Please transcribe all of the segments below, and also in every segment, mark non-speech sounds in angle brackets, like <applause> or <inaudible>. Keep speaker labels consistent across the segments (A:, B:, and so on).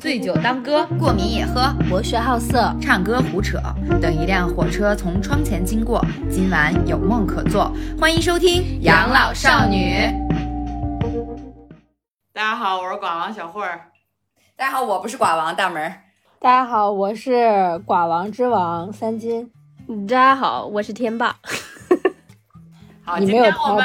A: 醉酒当歌，
B: 过敏也喝，
C: 博学好色，
B: 唱歌胡扯。等一辆火车从窗前经过，今晚有梦可做。欢迎收听《养老少女》。
D: 大家好，我是寡王小慧儿。
B: 大家好，我不是寡王大门儿。
E: 大家好，我是寡王之王三金。
C: 大家好，我是天霸。
D: 好，
E: 你
D: 今
E: 没有
D: 天我们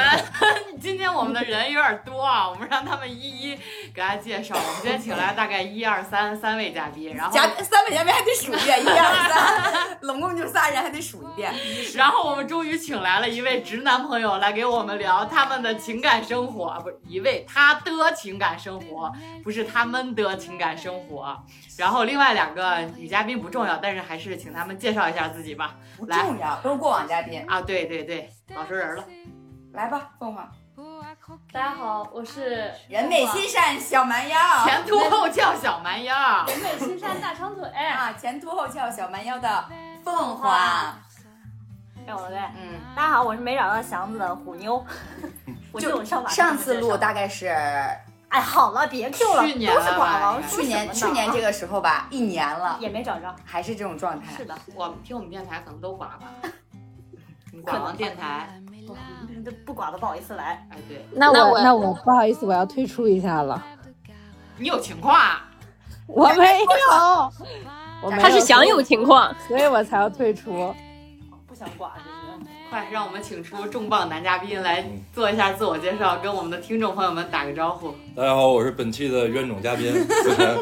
D: <laughs>
E: PowerPoint
D: 今天我们的人有点多啊，我们让他们一一给大家介绍。我们今天请来大概一二三三位嘉宾，然后
B: 嘉三位嘉宾还得数一遍，一二三，总共就仨人，还得数一 <laughs> 遍。
D: 然后我们终于请来了一位直男朋友来给我们聊他们的情感生活，啊不是一位他的情感生活，不是他们的情感生活。然后另外两个女嘉宾不重要，但是还是请他们介绍一下自己吧。
B: 不
D: 来
B: 重要，都是过往嘉宾。
D: 啊，对对对，老熟人了。
B: 来吧，凤凰，
C: 大家好，我是
B: 人美心善，小蛮腰。
D: 前凸后翘小蛮腰，
C: 人美心善大长腿。
B: 啊，前凸后翘，小蛮腰的凤凰。
F: 对不对？
B: 嗯，
F: 大家好，我是没找到祥子的虎妞。我这种上法
B: 上次录大概是
F: 哎，好了，别 Q 了，
D: 去年
F: 都是
D: 了
F: 寡
D: 吧
F: 王。
B: 去年去年这
F: 个
B: 个时候吧，一年了，
F: 也没找着。
B: 还是这种状态
F: 是。的，
D: 我们听我们电台可能都寡 <laughs> 吧，寡王电台。
F: 这嗯不寡的不好意思来。
D: 哎，对
E: 那
C: 那
E: 我
C: 我
E: 那我不好意思，我要退出一下了。
D: 你有情况啊？
E: 我没有，我没有，
C: 他是想有，情况，
E: 所以我才要退出。
F: 不想寡这
D: 快让我们请出重磅男嘉宾来
G: 嗯
D: 做一下自我介绍，跟我们的听众朋友们打个招呼。
G: 大家好，我是本期的冤种嘉宾思晨。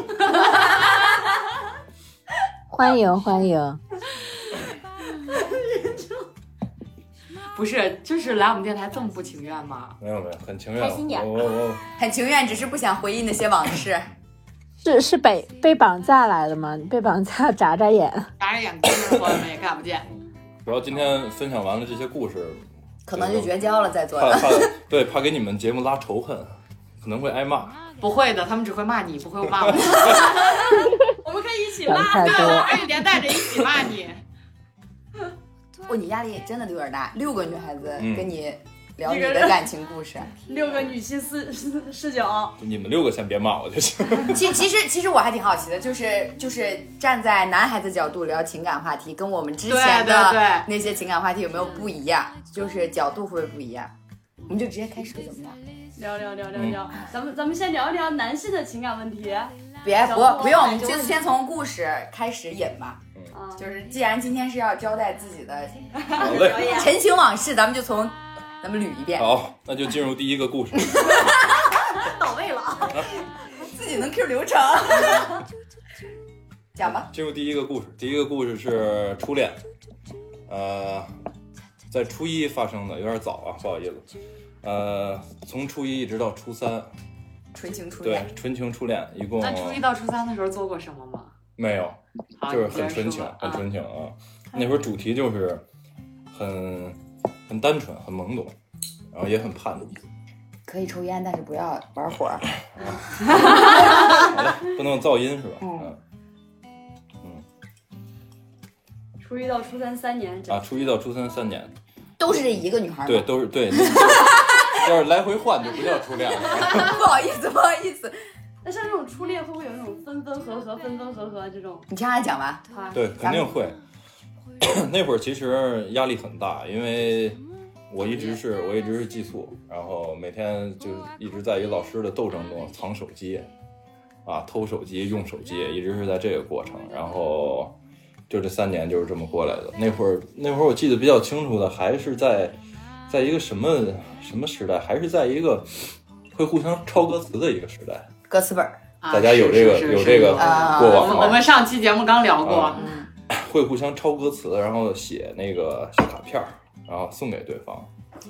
E: 欢迎欢迎，
D: 不是，就是来我们电台这么不情愿吗？
G: 没有没有，很情
F: 开心点
G: 愿。我我我
B: 很情愿，只是不想回忆那些往事。
E: 是是被被绑架来的吗？被绑架眨眨眼，
D: 眨着眼睛，朋友们也看不见。
G: 主要今天分享完了这些故事，
B: <laughs> 可能就绝交了，在座
G: 怕
B: 的。
G: 怕对怕给你们节目拉仇恨，可能会挨骂。
D: <laughs> 不会的，他们只会骂你，不会
G: <laughs>
D: 骂我。
F: 我们可以一起
E: 想太
D: 对，
E: 多
D: 我
E: 了。
D: 可以连带着一起骂你。
B: 哇，你压力真的有点大，六个女孩子
G: 嗯
B: 跟你聊你的感情故
D: <laughs>
B: 事。
F: 六个女性视视角，
G: 就你们六个先别骂我就行。
B: 其其实其实我还挺好奇的，就是就是站在男孩子角度聊情感话题，跟我们之前
D: 对对
B: 的
D: 对
B: 那些情感话题有没有不一样？就是角度会不会不一样？我们就直接开始怎么样？
F: 聊聊聊聊聊，
G: 嗯
F: 咱们咱们先聊一聊男性的情感问题。
B: 别
F: 小
B: 不
F: 莫
B: 不用，我们
F: 就
B: 就先从故事开始引吧。
F: 啊，
B: 就是既然今天是要交代自己的
G: 好嘞，
F: 啊
A: <laughs>
B: 陈情往事，咱们就从咱们捋一遍。
G: 好，那就进入第一个故事。
F: 到位了啊！
B: 自己能 Q 流程， <laughs> 讲吧。
G: 进入第一个故事，第一个故事是初恋，呃，在初一发生的，有点早啊，不好意思。呃，从初一一直到初三，
B: 纯情初
G: 对
B: 恋，，
G: 纯情初恋，一共
D: 那啊初一到初三的时候做过什么吗？
G: 没有。
D: 啊
G: 就是
D: 你
G: 很
D: 接着
G: 纯
D: 说
G: 情，
D: 吧
G: 很
D: 啊
G: 纯情啊。那会儿主题就是很很单纯，很懵懂，然后也很叛逆，
B: 可以抽烟，但是不要玩火。
G: 不能有噪音是吧？
B: 嗯
G: 嗯
F: 初一到初三三年，
G: 啊，初一到初三三年，
B: 都是这一个女孩吗？
G: 对，都是对。要是来 <laughs> 回换就不叫初恋了。
B: <laughs> 不好意思，不好意思，
F: 那像这种初恋会不会有那种分分合合、分分合合这种？
B: 你听他讲完。
F: 啊，
G: 对，肯定会。 <clears throat> 那会儿其实压力很大，因为我一直是我一直是寄宿，然后每天就是一直在与老师的斗争中藏手机，啊，偷手机、用手机，一直是在这个过程。然后就这三年就是这么过来的。那会儿那会儿我记得比较清楚的，还是在在一个什么什么时代，还是在一个会互相抄歌词的一个时代。
B: 歌词本儿，
D: 啊
G: 大家有这个
D: 是是是
G: 有这个
D: 是
B: 啊
G: 过
D: 我
G: 往
D: 们
G: 吗
D: 我们上期节目刚聊过
G: 啊，
B: 嗯，
G: 会互相抄歌词，然后写那个小卡片儿，然后送给对方。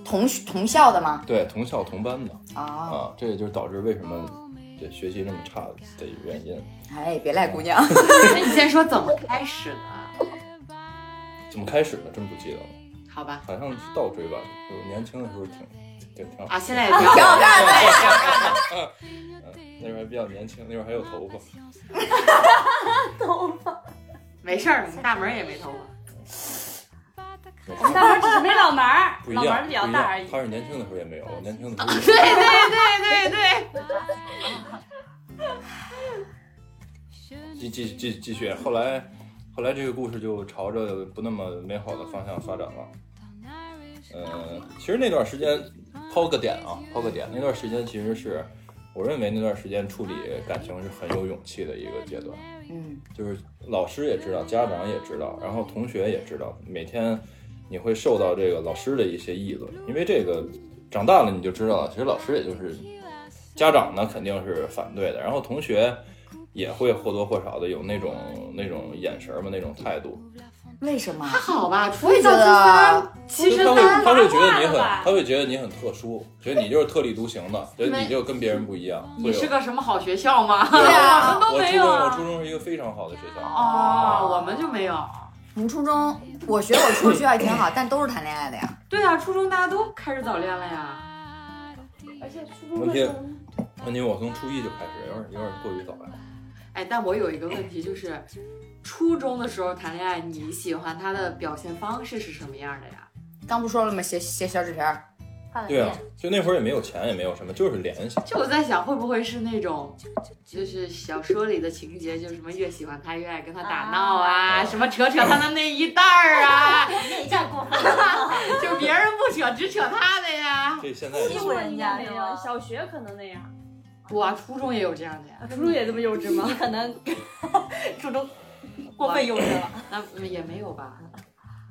B: 同同校的吗？
G: 对，同校同班的
B: 啊，
G: 啊，这也就是导致为什么这学习这么差的原因。
B: 哎，别赖姑娘，
D: 那你先说怎么开始的？
G: 怎么开始的？真不记得了，
D: 好吧，
G: 好像是倒追吧。就是年轻的时候挺挺挺好
D: 啊，现在也挺好
B: 挺好看的。
G: 那会儿比较年轻，那会儿还有头发。
D: 没事儿，我们大门也没头发。
G: 没
F: 我们
G: 事
F: 啊大门只是没老门儿，
G: 不一
F: 老门儿比
G: 样，不一
F: 较
G: 样
F: 大而已。
G: 他是年轻的时候也没有，我年轻
F: <laughs>
G: 的时候也
D: 对对对对对，
G: 继继继继续。后来后来这个故事就朝着不那么美好的方向发展了。呃，其实那段时间抛个点啊，抛个点，那段时间其实是我认为那段时间处理感情是很有勇气的一个阶段。
D: 嗯，
G: 就是老师也知道，家长也知道，然后同学也知道，每天你会受到这个老师的一些议论，因为这个长大了你就知道了，其实老师也就是家长呢肯定是反对的，然后同学也会或多或少的有那种那种眼神儿嘛，那种态度，
B: 为什么？
D: 还好吧，
B: <laughs>
D: 处
B: 我也
D: 理
B: 觉
D: 到第
B: 得啊
D: 三，其实
G: 他会
D: 他
G: 他会觉得你
F: 拉胯
G: 很
F: 了吧
G: 他会觉得你很特殊，觉得你就是特立独行的，觉得你就跟别人不一样。会
D: 你
G: 有
D: 是个什么好学校吗？
B: 对啊
D: 我们都
G: 我
D: 没
G: 初
D: 有
G: 中我
D: 啊。
G: 初中是一个非常好的学校，
D: 哦，我们就没有。
B: 我们初中，我觉得我初中学校也挺好，但都是谈恋爱的呀。
D: 对啊，初中大家都开始早恋了呀。
F: 而且初
G: 问
F: 中
G: 题
F: 的时候，
G: 问题我从初一就开始，有点有点过于早了。
D: 哎，但我有一个问题，就是初中的时候谈恋爱，你喜欢他的表现方式是什么样的呀？
B: 刚不说了吗？写写小纸条儿，
A: 哎
G: 对啊，就那会儿也没有钱，也没有什么，就是联系。
D: 就我在想，会不会是那种，就是小说里的情节，就什么越喜欢他越爱跟他打闹啊，
G: 啊
D: 什么扯扯他的内衣带儿啊，
A: 那一下过分了，
D: <laughs> 就别人不扯，只扯他的呀。
G: 这现在
A: 欺负人家
F: 没
A: 是
F: 有，
A: 吗？
F: 小学可能那样，
D: 我初中也有这样的呀，
F: 初中也这么幼稚吗
A: 你？可能初中过分幼稚了。
D: 那嗯也没有吧？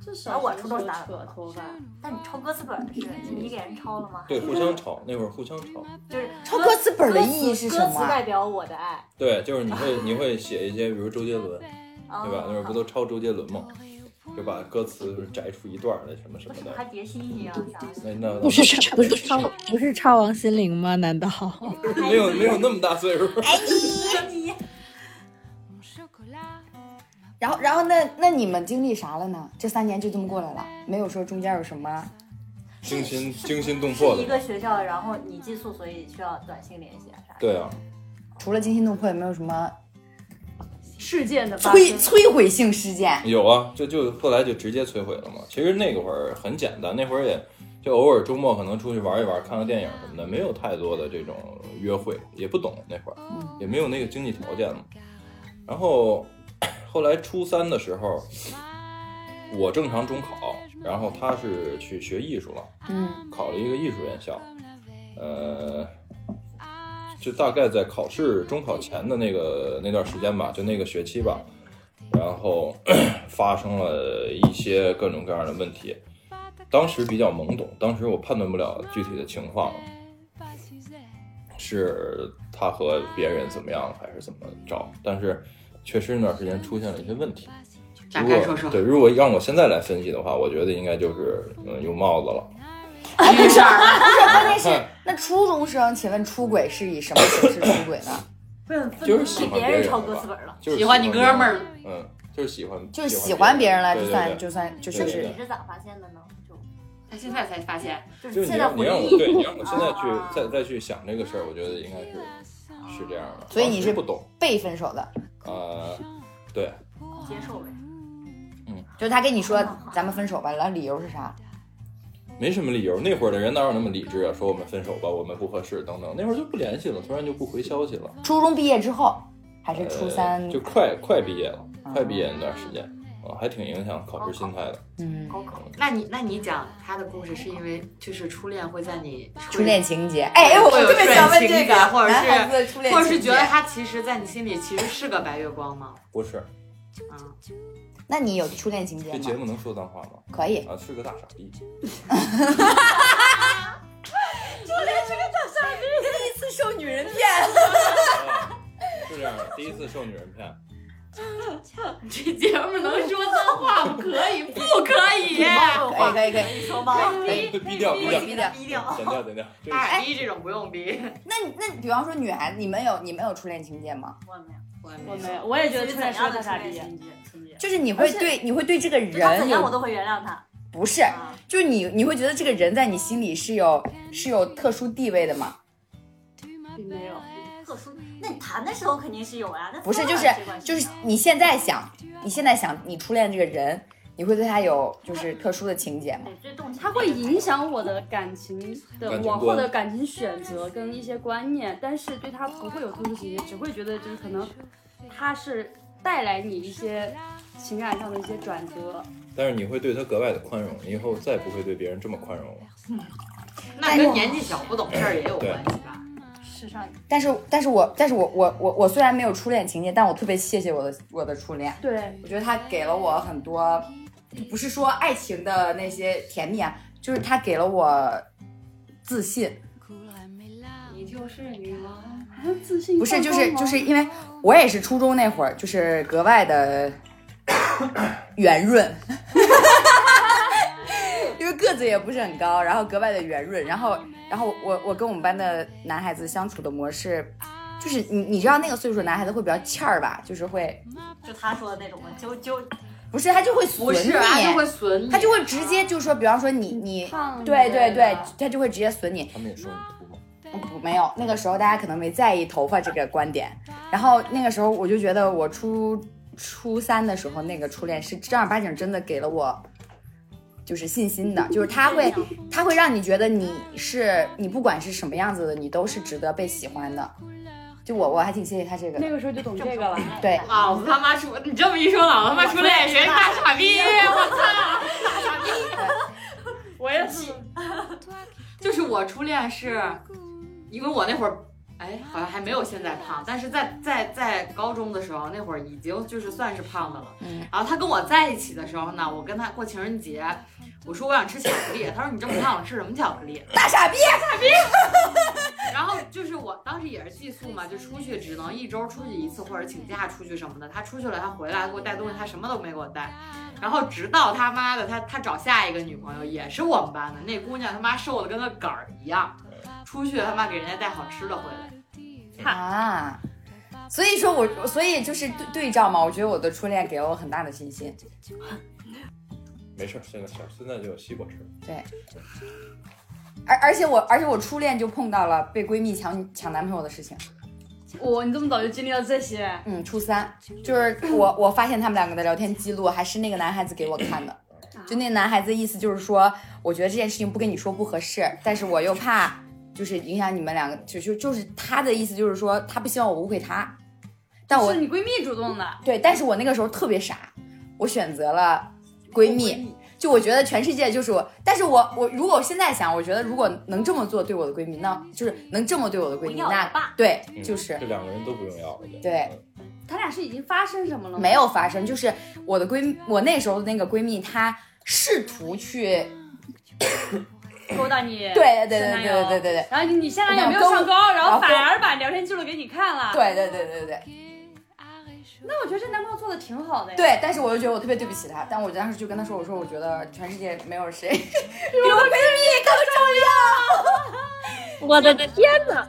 F: 这
A: 啊
F: 小
A: 我
F: 学
A: 初中
F: 时候
A: 打
F: 扯头发，
A: 但你抄歌词本儿是你给人抄了吗？
G: 对互相吵，那会儿互相吵。
A: 就是
B: 抄歌词本儿的
A: 歌词
B: 意义是什
A: 歌词
B: 么？啊
A: 代表我的爱，
G: 对，就是你会你会写一些，比如周杰伦，对
A: 对
G: 吧？那会儿不都抄周杰伦吗？就把歌词摘出一段儿来什么什
A: 为
G: 么
A: 什么还
G: 的。
A: 叠星星啊？想想
G: 嗯那那
E: 不是不是唱不是唱王心凌吗？难道？
G: 没有没有那么大岁数。
A: <laughs>
B: 然后，然后那那你们经历啥了呢？这三年就这么过来了，没有说中间有什么
G: 惊心
A: 是
G: 惊心动魄
A: 是一
G: 的
A: 个
G: 嘛。
A: 学校，然后你寄宿，所以需要短信联系啊啥的。
G: 对啊，
B: 除了惊心动魄，也没有什么
F: 事件的发
B: 摧
F: 生。
B: 摧毁性事件。
G: 有啊，就就后来就直接摧毁了嘛。其实那个会儿很简单，那会儿也就偶尔周末可能出去玩一玩，看个电影什么的，没有太多的这种约会，也不懂那会儿，也没有那个经济条件嘛。然后后来初三的时候，我正常中考，然后他是去学艺术了，
B: 嗯，
G: 考了一个艺术院校，呃，就大概在考试中考前的那个那段时间吧，就那个学期吧，然后 <coughs> 发生了一些各种各样的问题。当时比较懵懂，当时我判断不了具体的情况，是他和别人怎么样还是怎么着，但是确实那段时间出现了一些问题。
D: 展
G: 如
D: 开
G: 果
D: 说说。
G: 对，如果让我现在来分析的话，我觉得应该就是嗯有帽子了。
D: <laughs> 没事儿，
B: 关键是那初中生，请问出轨是以什么形式出轨
G: <coughs>
B: 呢？
G: 就是喜
A: 给
G: 欢
A: 别
G: 人
A: 人抄
G: 对
A: 歌
G: 吧
A: 词本儿了，
G: 就是
D: 喜欢你哥们儿，
G: 别人，嗯，就是喜欢，
B: 就是喜欢别人了，
G: 对
B: 就
G: 对
B: 算
G: 对
B: 就算就
G: 对
B: 是
A: 但
G: 对
A: 是
G: 对
A: 你是咋发现的呢？就
D: 他现在才发现，
A: 就
G: 就是是
A: 现
G: 你
A: 在
G: 让你
A: 回
G: 让我
A: 忆，
G: 对你让我现在去
A: 啊
G: 再再去想这个事儿，我觉得应该是是这样的。
B: 所以你
G: 当时
B: 是
G: 不懂，
B: 被分手的，
G: 呃，对，
A: 接受呗。
B: 就是他跟你
D: 哦
B: 说咱们分手吧，然后理由是啥？
G: 没什么理由。那会儿的人哪有那么理智啊？说我们分手吧，我们不合适等等。那会儿就不联系了，突然就不回消息了。
B: 初中毕业之后还是初
G: 呃
B: 三？
G: 就快快毕业了，
B: 啊
G: 快毕业那段时间啊，还挺影响考试心态的。
B: 嗯，
A: 高考
D: 那你那你讲他的故事，是因为就是初恋会在你
B: 初恋情节。哎，我
D: 会有
B: 特别想问
D: 初恋
B: 这
D: 情节
B: 个，
D: 或者是
B: 男孩子的初恋
D: 或者是
B: 情节
D: 觉得他其实，在你心里其实是个白月光吗？
G: 不是，
D: 啊，
B: 那你有初恋情节
G: 这节
B: 吗？
G: 目能说脏话吗？
B: 可以，
G: 啊，是个大傻
B: <laughs>
G: 逼。
B: 一次受女人骗。
G: 啊是这样的，第一次受女人骗。 <laughs>
D: 这节目能说脏话吗？可以，不可
B: 可以
D: 以？
B: 可以可以，
A: 你说吧，
B: 可以。
G: 这逼掉，逼掉，
B: 逼掉
A: 低调。
G: 嗯剪掉，剪掉。这
D: 大傻逼这种不用逼，
B: 那那比方说女孩子，你们有你们有初恋情节吗？
A: 我没有，
D: 我
F: 我
D: 没
F: 没
D: 有。
F: 有，我也觉得
A: 是
F: 初恋
A: 怎
F: 时候
A: 样的
F: 太
A: 初
F: 傻
A: 恋
F: 逼。
A: 情节？
B: 就是你会
F: 而且
B: 对你会对这个
A: 就他
B: 人
A: 怎样我
B: 有哎
A: 都会原谅他。
B: 不是，
A: 啊，
B: 就是你你会觉得这个人在你心里是有是有特殊地位的吗？
F: 没有，
A: 特殊。那你谈的时候肯定是有啊，那
B: 不是，
A: 分
B: 就
A: 了
B: 是
A: 这关系
B: 就是你现在想，你现在想你初恋这个人，你会对他有就是特殊的情节吗？
A: 得哎最动情，
F: 它会影响我的感情的
G: 感情
F: 往后
G: 观
F: 的感情选择跟一些观念，但是对他不会有特殊情节，只会觉得就是可能他是带来你一些情感上的一些转折。
G: 但是你会对他格外的宽容，你以后再也不会对别人这么宽容了。
B: 哎
D: 那跟年纪小不懂事儿也有关系吧？
F: 世上
B: 但是，但是我，但是我，我，我，我虽然没有初恋情节，但我特别谢谢我的我的初恋。
F: 对，
B: 我觉得他给了我很多，不是说爱情的那些甜蜜啊，就是他给了我自信。
F: 你就是你吗？自信
B: 不是，就是就是因为我也是初中那会儿，就是格外
D: <coughs>
B: 的圆润，因为个子也不是很高，然后格外的圆润，然后然后我我跟我们班的男孩子相处的模式，就是你你知道那个岁数的男孩子会比较欠儿吧，就是会
A: 就他说的那种嘛，就就
B: 不是他就会
D: 不
B: 损你
D: 是，，啊，就会损你，
B: 他就会直接就说，比方说你你。
F: 胖
B: 对对对
F: 的，
B: 他就会直接损你。
G: 他们也说你秃吗？
B: 不没有，那个时候大家可能没在意头发这个观点。然后那个时候我就觉得我初初三的时候那个初恋是正儿八经真的给了我。就是信心的，就是他会，他会让你觉得你是你不管是什么样子的，你都是值得被喜欢的。就我我还挺谢谢他这个的
F: 那，个时候就懂这个了。
B: 对，
D: 啊，我他妈初，你这么一说，老他妈初恋人大傻 <laughs> 逼，我操，大傻逼，我也是，就是我初恋是，因为我那会儿，哎，好像还没有现在胖，但是在在在高中的时候，那会儿已经就是算是胖的了。
B: 嗯
D: 然后他跟我在一起的时候呢，我跟他过情人节，我说我想吃巧克力，他说你这么胖，吃什么巧克力？
B: 大傻逼，
D: <laughs> 然后就是我当时也是寄宿嘛，就出去只能一周出去一次或者请假出去什么的。他出去了，他回来给我带东西，他什么都没给我带。然后直到他妈的他他找下一个女朋友，也是我们班的那姑娘，他妈瘦的跟个杆儿一样，出去他妈给人家带好吃的回来。
B: 啊！所以说我，所以就是对对照嘛，我觉得我的初恋给了我很大的信心。
G: 没事儿，现在现现在就有西瓜吃。
B: 对，而而且我而且我初恋就碰到了被闺蜜抢抢男朋友的事情。
F: 我你这么早就经历了这些，
B: 嗯，初三就是我我发现他们两个的聊天记录还是那个男孩子给我看的，
A: 嗯
B: 就那男孩子意思就是说，我觉得这件事情不跟你说不合适，但是我又怕就是影响你们两个，就就就是他的意思就是说他不希望我误会他，但我
F: 是你闺蜜主动的，
B: 对，但是我那个时候特别傻，我选择了闺蜜。就我觉得全世界就是我，但是我我如果我现在想，我觉得如果能这么做对我的闺蜜，那就是能这么对我的闺蜜，
A: 要
B: 那
A: 我爸
B: 对
G: 嗯
B: 就是
G: 这两个人都不用要了。就
B: 对，
F: 他俩是已经发生什么了吗？
B: 没有发生，就是我的闺，我那时候的那个闺蜜，她试图去，
F: 勾搭你，
B: 对对对
F: 前男
B: 对
F: 友
B: 对对对
F: 然后你现在也没有上高，然后反而把聊天记录给你看了。，
B: 对对对对对
F: 那我觉得这男朋友做的挺好的呀。，
B: 对，但是我就觉得我特别对不起她，但我当时就跟她说，我说我觉得全世界没有
D: <laughs>
B: 谁比我闺蜜更重要。
C: 我的天哪！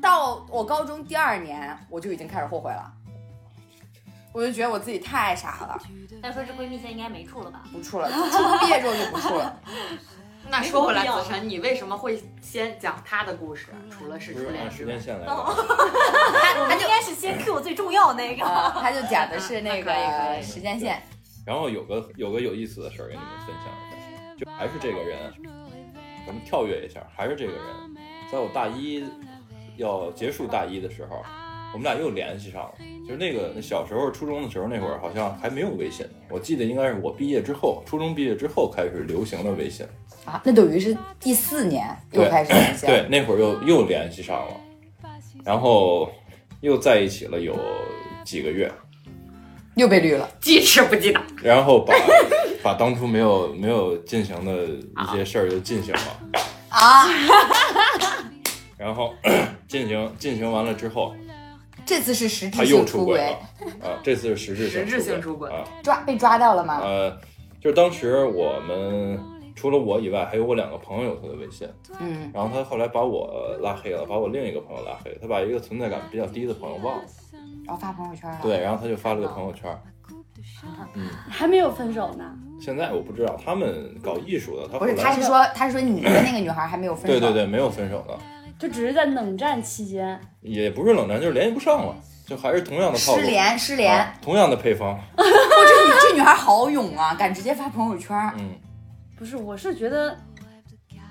B: 到我高中第二年，我就已经开始后悔了，我就觉得我自己太傻了，
A: 再说这闺蜜现在应该没处了吧？
B: 不处了，初中毕业之后就不处
D: <laughs>
B: 了。
D: 那说回来，子晨，你为什么会先讲他的故事？除了是
G: 不
D: 初
G: 是按
D: 恋
G: 嗯时
D: 之外
G: 间，线来的。
B: 嗯
A: 我们应该是先 Q 最重要那个。
B: 呃，他就讲的是那
D: 可以可
B: 个
D: 以
B: 时间线，
G: 然后有个有个有意思的事儿跟你们分享一下，就还是这个人，咱们跳跃一下，还是这个人，在我大一要结束大一的时候，我们俩又联系上了。就是那个小时候初中的时候那会儿，好像还没有微信，我记得应该是我毕业之后，初中毕业之后开始流行的微信。
B: 啊，那等于是第四年又
G: 对
B: 开始联系了。
G: 对，那会儿又又联系上了，然后又在一起了有几个月，
B: 又被绿了。
D: 记吃不 <laughs> 记打。
G: 然后
B: <laughs>
G: 把把当初没有没有进行的一些事儿就进行了
B: 啊，
G: <laughs> 然后 <clears throat> 进行进行完了之后，
B: 这次是实
G: 他
B: 质
G: 又
B: 性
G: 出
B: 出
G: 轨
B: 轨，
G: 了啊，这次是实质性
D: 实质性出轨
G: 啊，
B: 抓被抓到了吗？
G: 呃，就是当时我们除了我以外，还有我两个朋友有他的微信，
B: 嗯，
G: 然后他后来把我拉黑了，把我另一个朋友拉黑了，他把一个存在感比较低的朋友忘了，
B: 然后发朋友圈了。，
G: 对，然后他就发了个朋友圈。嗯，
F: 还没有分手呢。
G: 现在我不知道他们搞艺术的，他
B: 不
G: 后
B: 是，
G: 来
B: 他是说他是说你跟那个女孩还没有分手。
G: 对对对，没有分手的，
F: 就只是在冷战期间，
G: 也不是冷战，就是联系不上了，就还是同样的套路，
B: 失联失
H: <laughs>
B: 联。
G: 啊同样的配方，
B: 哇，这女这女孩好勇啊，敢直接发朋友圈。
G: 嗯，
F: 不是，我是觉得，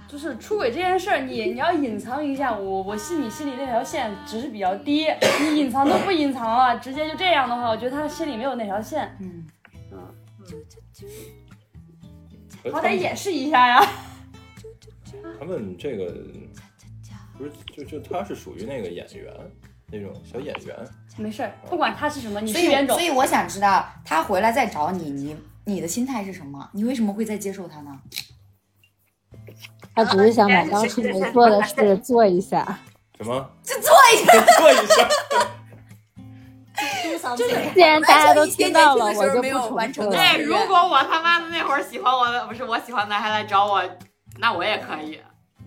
F: 就是出轨这件事儿，你你要隐藏一下，我我心里心里那条线只是比较低，你隐藏都不隐藏了，直接就这样的话，我觉得他心里没有那条线，
B: 嗯
F: 好歹演示一下呀。
G: 他们这个不是就就他是属于那个演员那种小演员，
F: 没事儿，不管他是什么，你
B: 所
F: 是冤
B: 以，
F: 种
B: 所，以我想知道他回来再找你，你你的心态是什么？你为什么会再接受他呢？
E: 他只是想把当初没做的事做一下，
G: 什么
B: <laughs> 就做一下，
G: <laughs> 做一下，
E: 既然大家都
B: 完全一
E: 听
B: 天
E: 到
B: 年轻的时
E: 了，
B: 候
E: 我就
B: 没有
E: 不
B: 完
E: 重
B: 成的
E: 复了。
D: 对，哎如果我他妈的那会儿喜欢我的，不是我喜欢的，还来找我，那我也可以。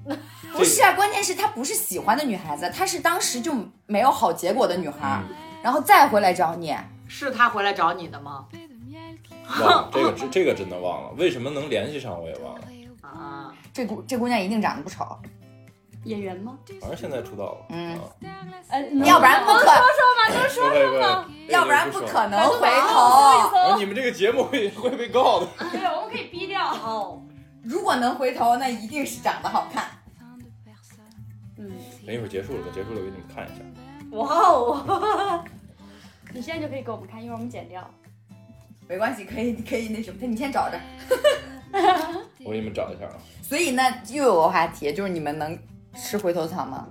B: <laughs> 不是啊，关键是她不是喜欢的女孩子，她是当时就没有好结果的女孩，
G: 嗯
B: 然后再回来找你，
D: 是他回来找你的吗？
G: 忘了这个这这个真的忘了，为什么能联系上我也忘了，
D: 啊，
B: 这姑这姑娘一定长得不丑，
F: 演员吗？
G: 反正现在出道了，
B: 嗯
G: 啊，
F: 呃，
B: 要不然不可，
G: 不会不会，
B: 要不然不
G: 这
B: 可
G: 个说。
B: 能回头。
G: 啊你们这个节目会会被告的，
F: 对，我们可以逼掉。哦，
B: 如果能回头，那一定是长得好看。
F: 嗯，
G: 等一会儿结束了，结束了给你们看一下，
F: 哇哦，你现在就可以给我们看，一会儿我们剪掉。
B: 没关系，可以可以那什么，你先找着。
G: 我给你们找一下啊，
B: 所以呢，又有个话题，就是你们能吃回头草吗？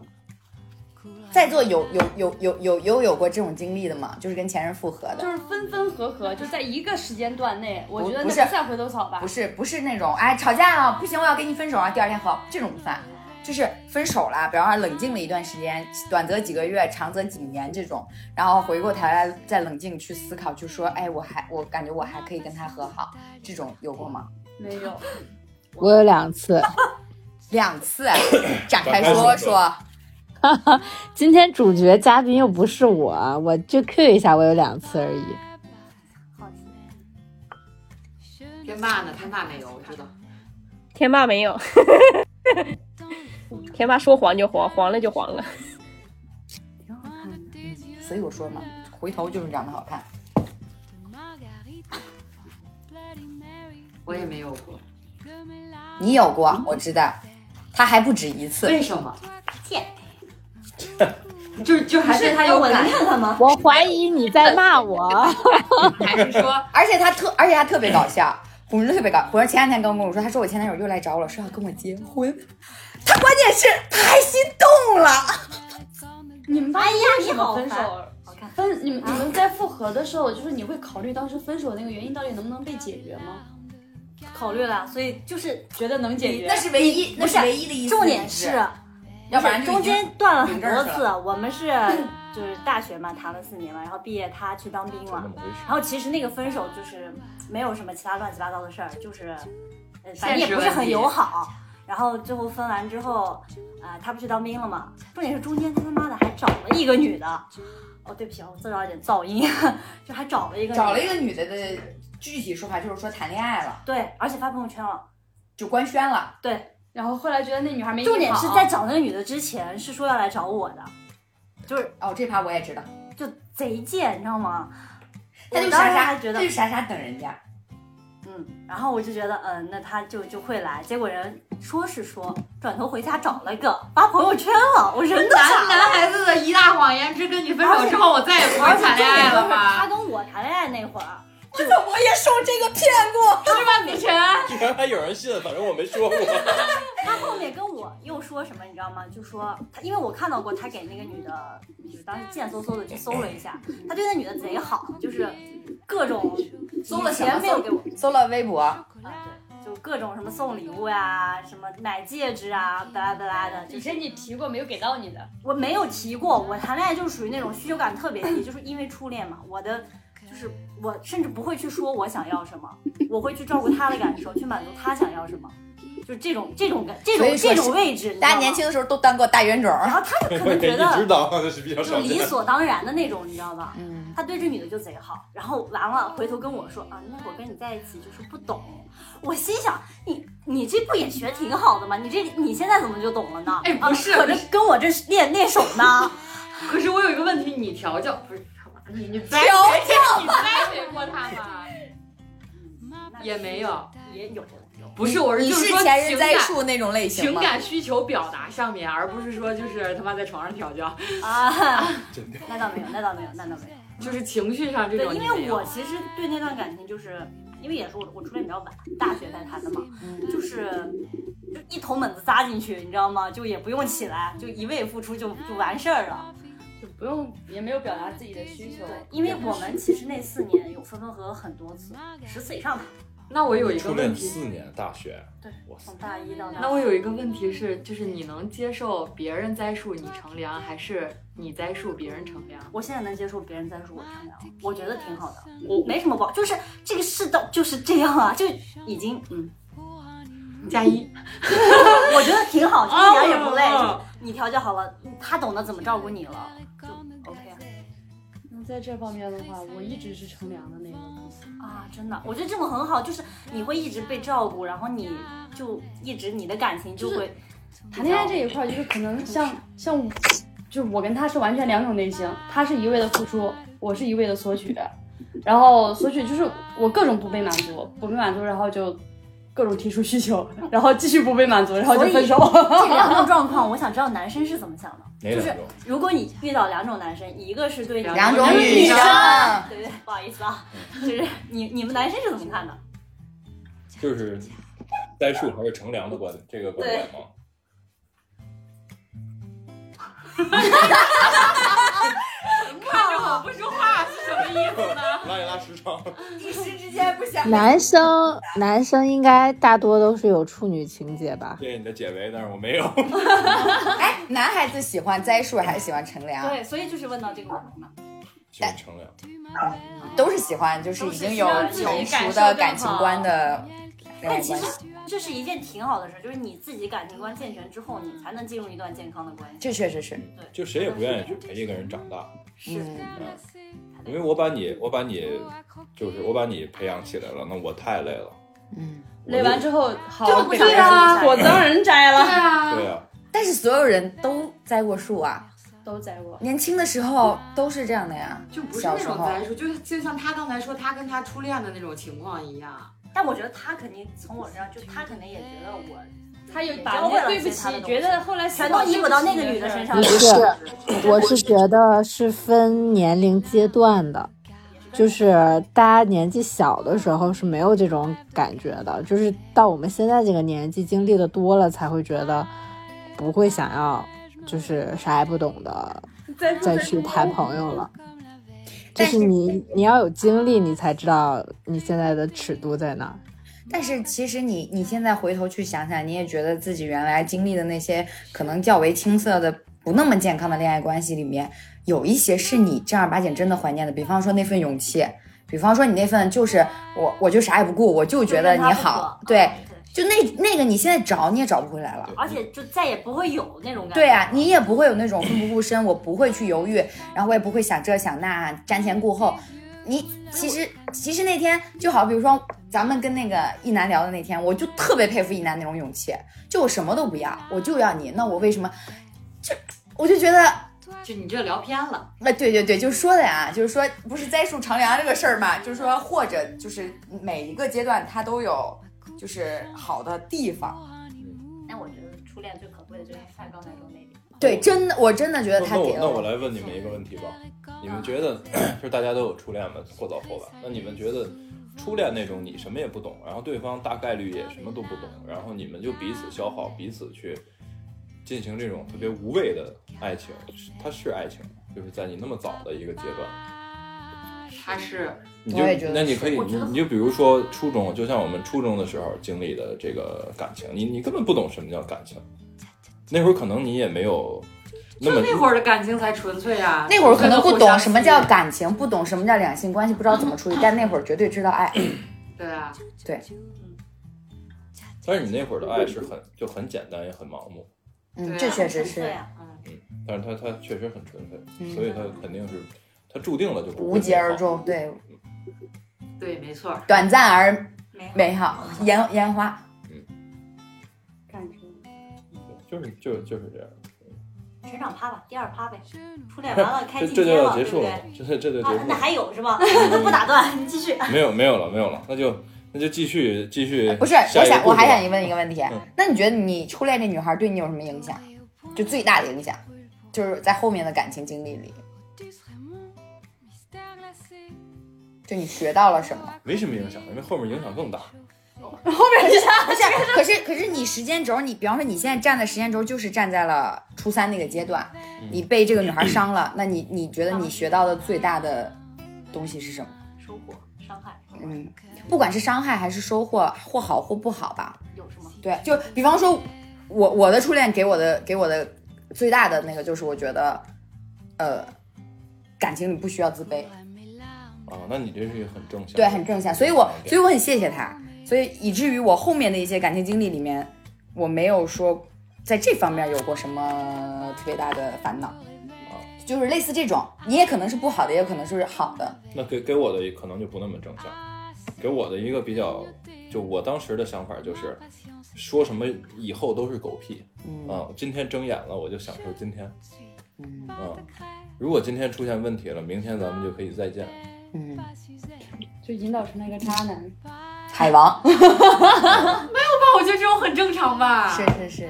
B: 在座有有有有有有有过这种经历的吗？就是跟前任复合
F: 就
B: 的，
F: 是分分合合，就在一个时间段内，我
B: 不
F: 觉得
B: 不
F: 那不
B: 是
F: 算回头草吧
B: 不。是不是那种哎吵架了不行，我要跟你分手啊，第二天和好这种不算，就是分手了，比方说冷静了一段时间，短则几个月，长则几年这种，然后回过头来再冷静去思考，就说哎我还我感觉我还可以跟他和好，这种有过吗？
F: 没有，
E: 我有两次，
B: 两 <coughs> 次，展开
G: 展开
B: 说
G: 说
B: 说，
E: 今天主角嘉宾又不是我，我就 Q 一下，我有两次而已。
D: 天霸呢？天霸没有，我知道。
C: 天霸没 <laughs> 有，天霸说黄就黄，黄了就黄 <laughs> 了。
B: 所以我说嘛，回头就是长得好看。
D: 我也没有过，
B: 你有过，我知道，他还不止一次。
D: 为什么？
H: <laughs>
D: 贱，就就还对他有感情，
F: 他 <laughs> 吗？
E: 我怀疑你在骂我，
D: 还是说
B: 而且他特，而且他特别搞笑，虎人特别搞。虎人前两天刚跟我说，他说我前男友又来找我了，说要跟我结婚。他关键是他还心动了，
F: 你们哎呀，你好分手，好看。分你们你们在复合的时候，就是你会考虑当时分手那个原因到底能不能被解决吗？
H: 考虑了，所以就是
F: 觉得能解决。
B: 是唯一，那是唯一的一次
H: 重点是，
B: 要不然就已
H: 中
B: 经
H: 间断了很多次。我们是就是大学嘛，谈了四年嘛，然后毕业他去当兵
G: 就那
H: 了
G: 么，回事。
H: 然后其实那个分手就是没有什么其他乱七八糟的事儿，就是呃反
D: 现实
H: 正也不是
D: 问
H: 很
D: 题
H: 友好。然后最后分完之后，啊、他不去当兵了嘛？重点是中间他他妈的还找了一个女的。哦，对不起啊，我自找一点噪音， <laughs> 就还找了一个女的
B: 找了一个女的的具体说法就是说谈恋爱了，
H: 对，而且发朋友圈了。
B: 就官宣了。
H: 对，
F: 然后后来觉得那女孩没你
H: 重点
F: 好啊
H: 是在找那个女的之前是说要来找我的，就是
B: 哦，这趴我也知道，
H: 就贼贱，你知道吗？
B: 他就
H: 我当
B: 傻
H: 时
B: 傻，
H: 还觉得
B: 他就傻傻等人家。
H: 嗯，然后我就觉得，嗯，那他就就会来。结果人说是说，转头回家找了一个，发朋友圈了，我人都傻
D: 男
H: 了。
D: 男孩子的一大谎言之跟你分手之后，我再也不会
H: 而且
D: 谈恋
H: 重点
D: 爱
H: 就是
D: 了
H: 他
D: 吧？
H: 跟我谈恋爱那会儿，
B: 我也受这个骗过。
D: 是吧，子晨？
G: <laughs> 居然还有人信，反正我
D: <laughs>
G: 没说过。
H: 他后面跟我又说什么，你知道吗？就说他，因为我看到过他给那个女的，就是当时贱嗖嗖的去搜了一下，他对那女的贼好，就是各种
B: 搜了
H: 以
B: 什么
H: 前没有给我，
B: 搜了微博，
H: 啊，对，就各种什么送礼物呀、什么买戒指啊，巴拉巴拉的，就
F: 以
H: 是
F: 前你提过没有给到你的，
H: 我没有提过，我谈恋爱就是属于那种需求感特别低，就是因为初恋嘛，我的就是我甚至不会去说我想要什么，我会去照顾他的感受，去满足他想要什么，就是这种这种感这
B: 所以
H: 种
B: 说
H: 这
B: 是
H: 种位置，你知道
B: 大
H: 吗
B: 家年轻，的时候都当过大冤种。
H: 然后他就可
G: 我
H: 能
G: 也 <laughs>
H: 觉
G: 一直
H: 得
G: 当，那是比较
H: 就
G: 少
H: 理
G: 见。
H: 所当然的那种，你知道吧？
B: 嗯，
H: 他对这女的就贼好，然后完了回头跟我说啊，那会儿跟你在一起就是不懂。我心想，你你这不也学挺好的吗？你这你现在怎么就懂了呢？
D: 哎不是
H: 啊、可能跟我这练练手呢。
D: 可是我有一个问题，你调教不是你你栽培你栽培过他吗？也没有，
H: 也有
D: 种，不是我是
B: 你
D: 就是说
B: 前任
D: 情
B: 栽
D: 感
B: 树那种类型
D: 情
B: 吗？
D: 感需求表达上面，而不是说就是他妈在床上调教，
H: 啊，
G: 真的
H: 那倒没有，那倒没有，那倒没有。
D: 就是情绪上这
H: 对，
D: 种你
H: 因
D: 没有。
H: 为我其实对那段感情，就是因为也是我我初恋比较晚，大学才谈的嘛，
D: 嗯
H: 就是就一头猛子扎进去，你知道吗？就也不用起来，就一味付出就就完事儿了。
F: 就不用也没有表达自己的需求
H: 对，，因为我们其实那四年有分分合合很多次，十次以上吧，
D: 那我有一个
G: 初
D: 问
G: 恋
D: 题，嗯
G: 四年，大学，
H: 对
G: 哇塞
H: 从，大一到大。
D: 那我有一个问题是，就是你能接受别人栽树你乘凉，还是你栽树别人乘凉？
H: 我现在能接受别人在说我善良，我觉得挺好的，
D: 我
H: 没什么不好，就是这个世道就是这样啊，就已经嗯，
D: 加一，
H: <laughs> 我觉得挺好，就一点也不累，
D: 哦
H: 就你调教好了，他懂得怎么照顾你了，就 OK 啊
F: 那在这方面的话，我一直是乘凉的那种。
H: 啊，真的，我觉得这种很好，就是你会一直被照顾，然后你就一直你的感情就 <laughs> 会
F: 谈恋爱这一块儿，就是可能像像我，就是我跟他是完全两种类型，他是一味的付出，我是一味的索取，然后索取就是我各种不被满足，不被满足，然后就各种提出需求，然后继续不被满足，然后就分手。
H: 这两种状况，我想知道男生是怎么想的。
G: 哪两种？
H: 如果你遇到两种男生，一个是对你
D: 两种
B: 女生
H: 对对，不好意思啊，就是你你们男生是怎么看的？
G: 就是栽树还是乘凉的观这个观点吗？
D: <laughs> 看着我不说话是什么意思呢？
G: <laughs> 拉一拉时长，
B: <laughs> 一时之间不想
E: 男生男生应该大多都是有处女情节吧？
G: 谢谢你的解围，但是我没有。
B: <laughs> 哎，男孩子喜欢栽树还是喜欢乘凉？
H: 对，所以就是问到这个问题嘛。
G: 喜欢乘凉，
B: 哎都是喜欢，就是已经有
D: 都是希
B: 成
D: 望自己感
B: 熟
D: 受
B: 的
D: 更
B: 感情
D: 好
B: 观的恋爱
H: 但其
B: 关
H: 实
B: 系。
H: 这是一件挺好的事，就是你自己感情观健全之后，你才能进入一段健康的关系。
B: 这确实是，
G: 就谁也不愿意去陪一个人长大，
H: 是，
B: 嗯，
G: 因为我把你，我把你，就是我把你培养起来了，那我太累了。
B: 嗯，
F: 累完之后，好，
H: 就不想
F: 对
H: 再
F: 啊，
H: 做
F: 果子让人摘了，
G: 对啊，
B: 但是所有人都栽过树啊，
F: 都在我。
B: 年轻的时候都是这样的呀。
D: 就不是
B: 小
D: 那
B: 时
D: 种
B: 候，
D: 栽树，就就像他刚才说他跟他初恋的那种情况一样，
H: 但我觉得他肯定从我身上，就他肯定也觉得我，
F: 他有
H: 把那对不起觉
F: 得后来
H: 全都依附到那个女的身上
B: 嗯
E: 不
H: 了。
E: 是，我是觉得是分年龄阶段的，就是大家年纪小的时候是没有这种感觉的，就是到我们现在这个年纪，经历的多了，才会觉得不会想要就是啥也不懂的再去谈朋友了。就是你，你要有经历，你才知道你现在的尺度在哪儿。
B: 但是其实你你现在回头去想想，你也觉得自己原来经历的那些可能较为青涩的、不那么健康的恋爱关系里面，有一些是你正儿八经真的怀念的，比方说那份勇气。比方说你那份就是我，我就啥也不顾，我就觉得你好，对，
H: 嗯
B: 就那那个你现在找你也找不回来了。
H: 而且就再也不会有那种感觉。
B: 对
G: 嗯
B: 啊，你也不会有那种奋不顾身，我不会去犹豫，然后我也不会想这想那，瞻前顾后。你其实其实那天就好，比如说咱们跟那个一楠聊的那天，我就特别佩服一楠那种勇气，就我什么都不要，我就要你，那我为什么？就我就觉得，
D: 就你这聊偏了。
B: 哎，对对对，就是说的呀，就是说不是栽树乘凉这个事儿嘛，就是说或者就是每一个阶段它都有就是好的地方。
H: 但我觉得初恋最可贵的就是像刚才说那点，
B: 对，真的，我真的觉
G: 那
B: 得他
G: 那
B: 给
G: 我
B: 了
G: 那我来问你们一个问题吧，你们觉得就是大家都有初恋嘛，或早或晚，那你们觉得？初恋那种你什么也不懂，然后对方大概率也什么都不懂，然后你们就彼此消耗，彼此去进行这种特别无谓的爱情，它是爱情吗，就是在你那么早的一个阶段。
D: 他是
G: 你就
B: 我也觉得
G: 那你可以，
H: 我觉
G: 你
H: 得
G: 你就比如说初中，就像我们初中的时候经历的这个感情，你你根本不懂什么叫感情，那会儿可能你也没有那么
D: 就那会儿的感情才纯粹啊。
B: 那会儿可能不
D: 互
B: 懂
D: 相
B: 什么叫
D: 吸引
B: 感情，不懂什么叫两性关系，不知道怎么处理，但那会儿绝对知道哎爱。
D: 对啊，
G: 但是你那会儿的爱是很就很简单也很盲目，
B: 嗯，
D: 对
B: 这确实
H: 对
B: 是
H: 啊，
D: 嗯
G: 但是它它确实很纯粹，
B: 嗯
G: 所以它肯定是它注定了就不会
B: 无疾而
G: 美好
B: 终，，对，
D: 对，没错儿。
B: 短暂而
H: 美好。
B: 美好，烟烟花。
F: 感觉
G: 就是就就是这样，
H: 成长趴吧，第二趴呗，初恋完了开
G: 这
H: 进
G: 这就
H: 阶
G: 要
H: 了，
G: 结
H: 对不
G: 束
H: 对
G: 了？，这这就结束嗯
H: 啊，那
G: 了，<laughs>
H: <laughs> 还有是吧？不打断，你继续。
G: 没有没有了没有了，那就那就继续继续。
B: 不是，
G: 下
B: 我
G: 一个
B: 想
G: 故事
B: 我还
G: 吧
B: 想问一个问题
G: 嗯，
B: 那你觉得你初恋这女孩对你有什么影响？就最大的影响，就是在后面的感情经历里，就你学到了什么？
G: 没什么影响，因为后面影响更大。
B: 不是，可是可是你时间轴，你比方说你现在站的时间轴就是站在了初三那个阶段，你被这个女孩伤了，那你你觉得
H: 嗯
B: 你学到的最大的东西是什么？
H: 收获、伤害
B: 嗯，不管是伤害还是收获，或好或不好吧。
H: 有什么？
B: 对，就比方说，我我的初恋给我的给我的最大的那个就是，我觉得，呃，感情里不需要自卑，
G: 啊，那你这是一个很正向，嗯
B: 对，很正向，所以我所以我很谢谢他，所以以至于我后面的一些感情经历里面，我没有说在这方面有过什么特别大的烦恼，就是类似这种，你也可能是不好的，也有可能是好的，
G: 那给给我的可能就不那么正向，给我的一个比较，就我当时的想法就是，说什么以后都是狗屁，啊，今天睁眼了我就享受今天，
B: 嗯
G: 啊，如果今天出现问题了，明天咱们就可以再见，
B: 嗯，
F: 就引导成了一个渣男。
B: 海王
D: 那我觉得这种很正常吧。
B: <laughs> 是是是，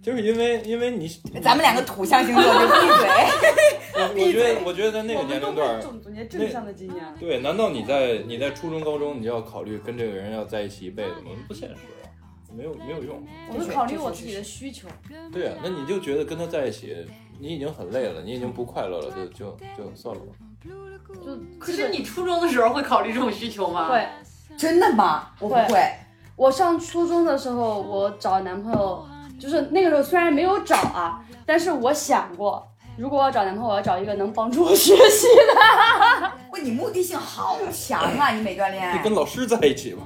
G: 就是因为因为你，
B: 咱们两个土象星座就闭 <laughs> 嘴，
G: 我我觉得我觉得在那个
F: 我们
G: 年
F: 都会
G: 龄段儿，
F: 总总结正向的经验。
G: 对，难道你在你在初中高中你就要考虑跟这个人要在一起一辈子吗？不现实啊，没有没有用。
F: 我会考虑我自己的需求，
G: 对啊，那你就觉得跟他在一起，你已经很累了，你已经不快乐了，就就就算了吧。
F: 就
D: 可是你啊初中的时候会考虑这种需求吗？
F: 会。
B: 真的吗？我不
F: 会
B: 会。
F: 我上初中的时候，我找男朋友，就是那个时候虽然没有找啊，但是我想过，如果我要找男朋友，我要找一个能帮助我学习的。
B: 哇，你目的性好强啊！你每段恋
G: 就
B: 爱
G: 跟，老师在一起吧。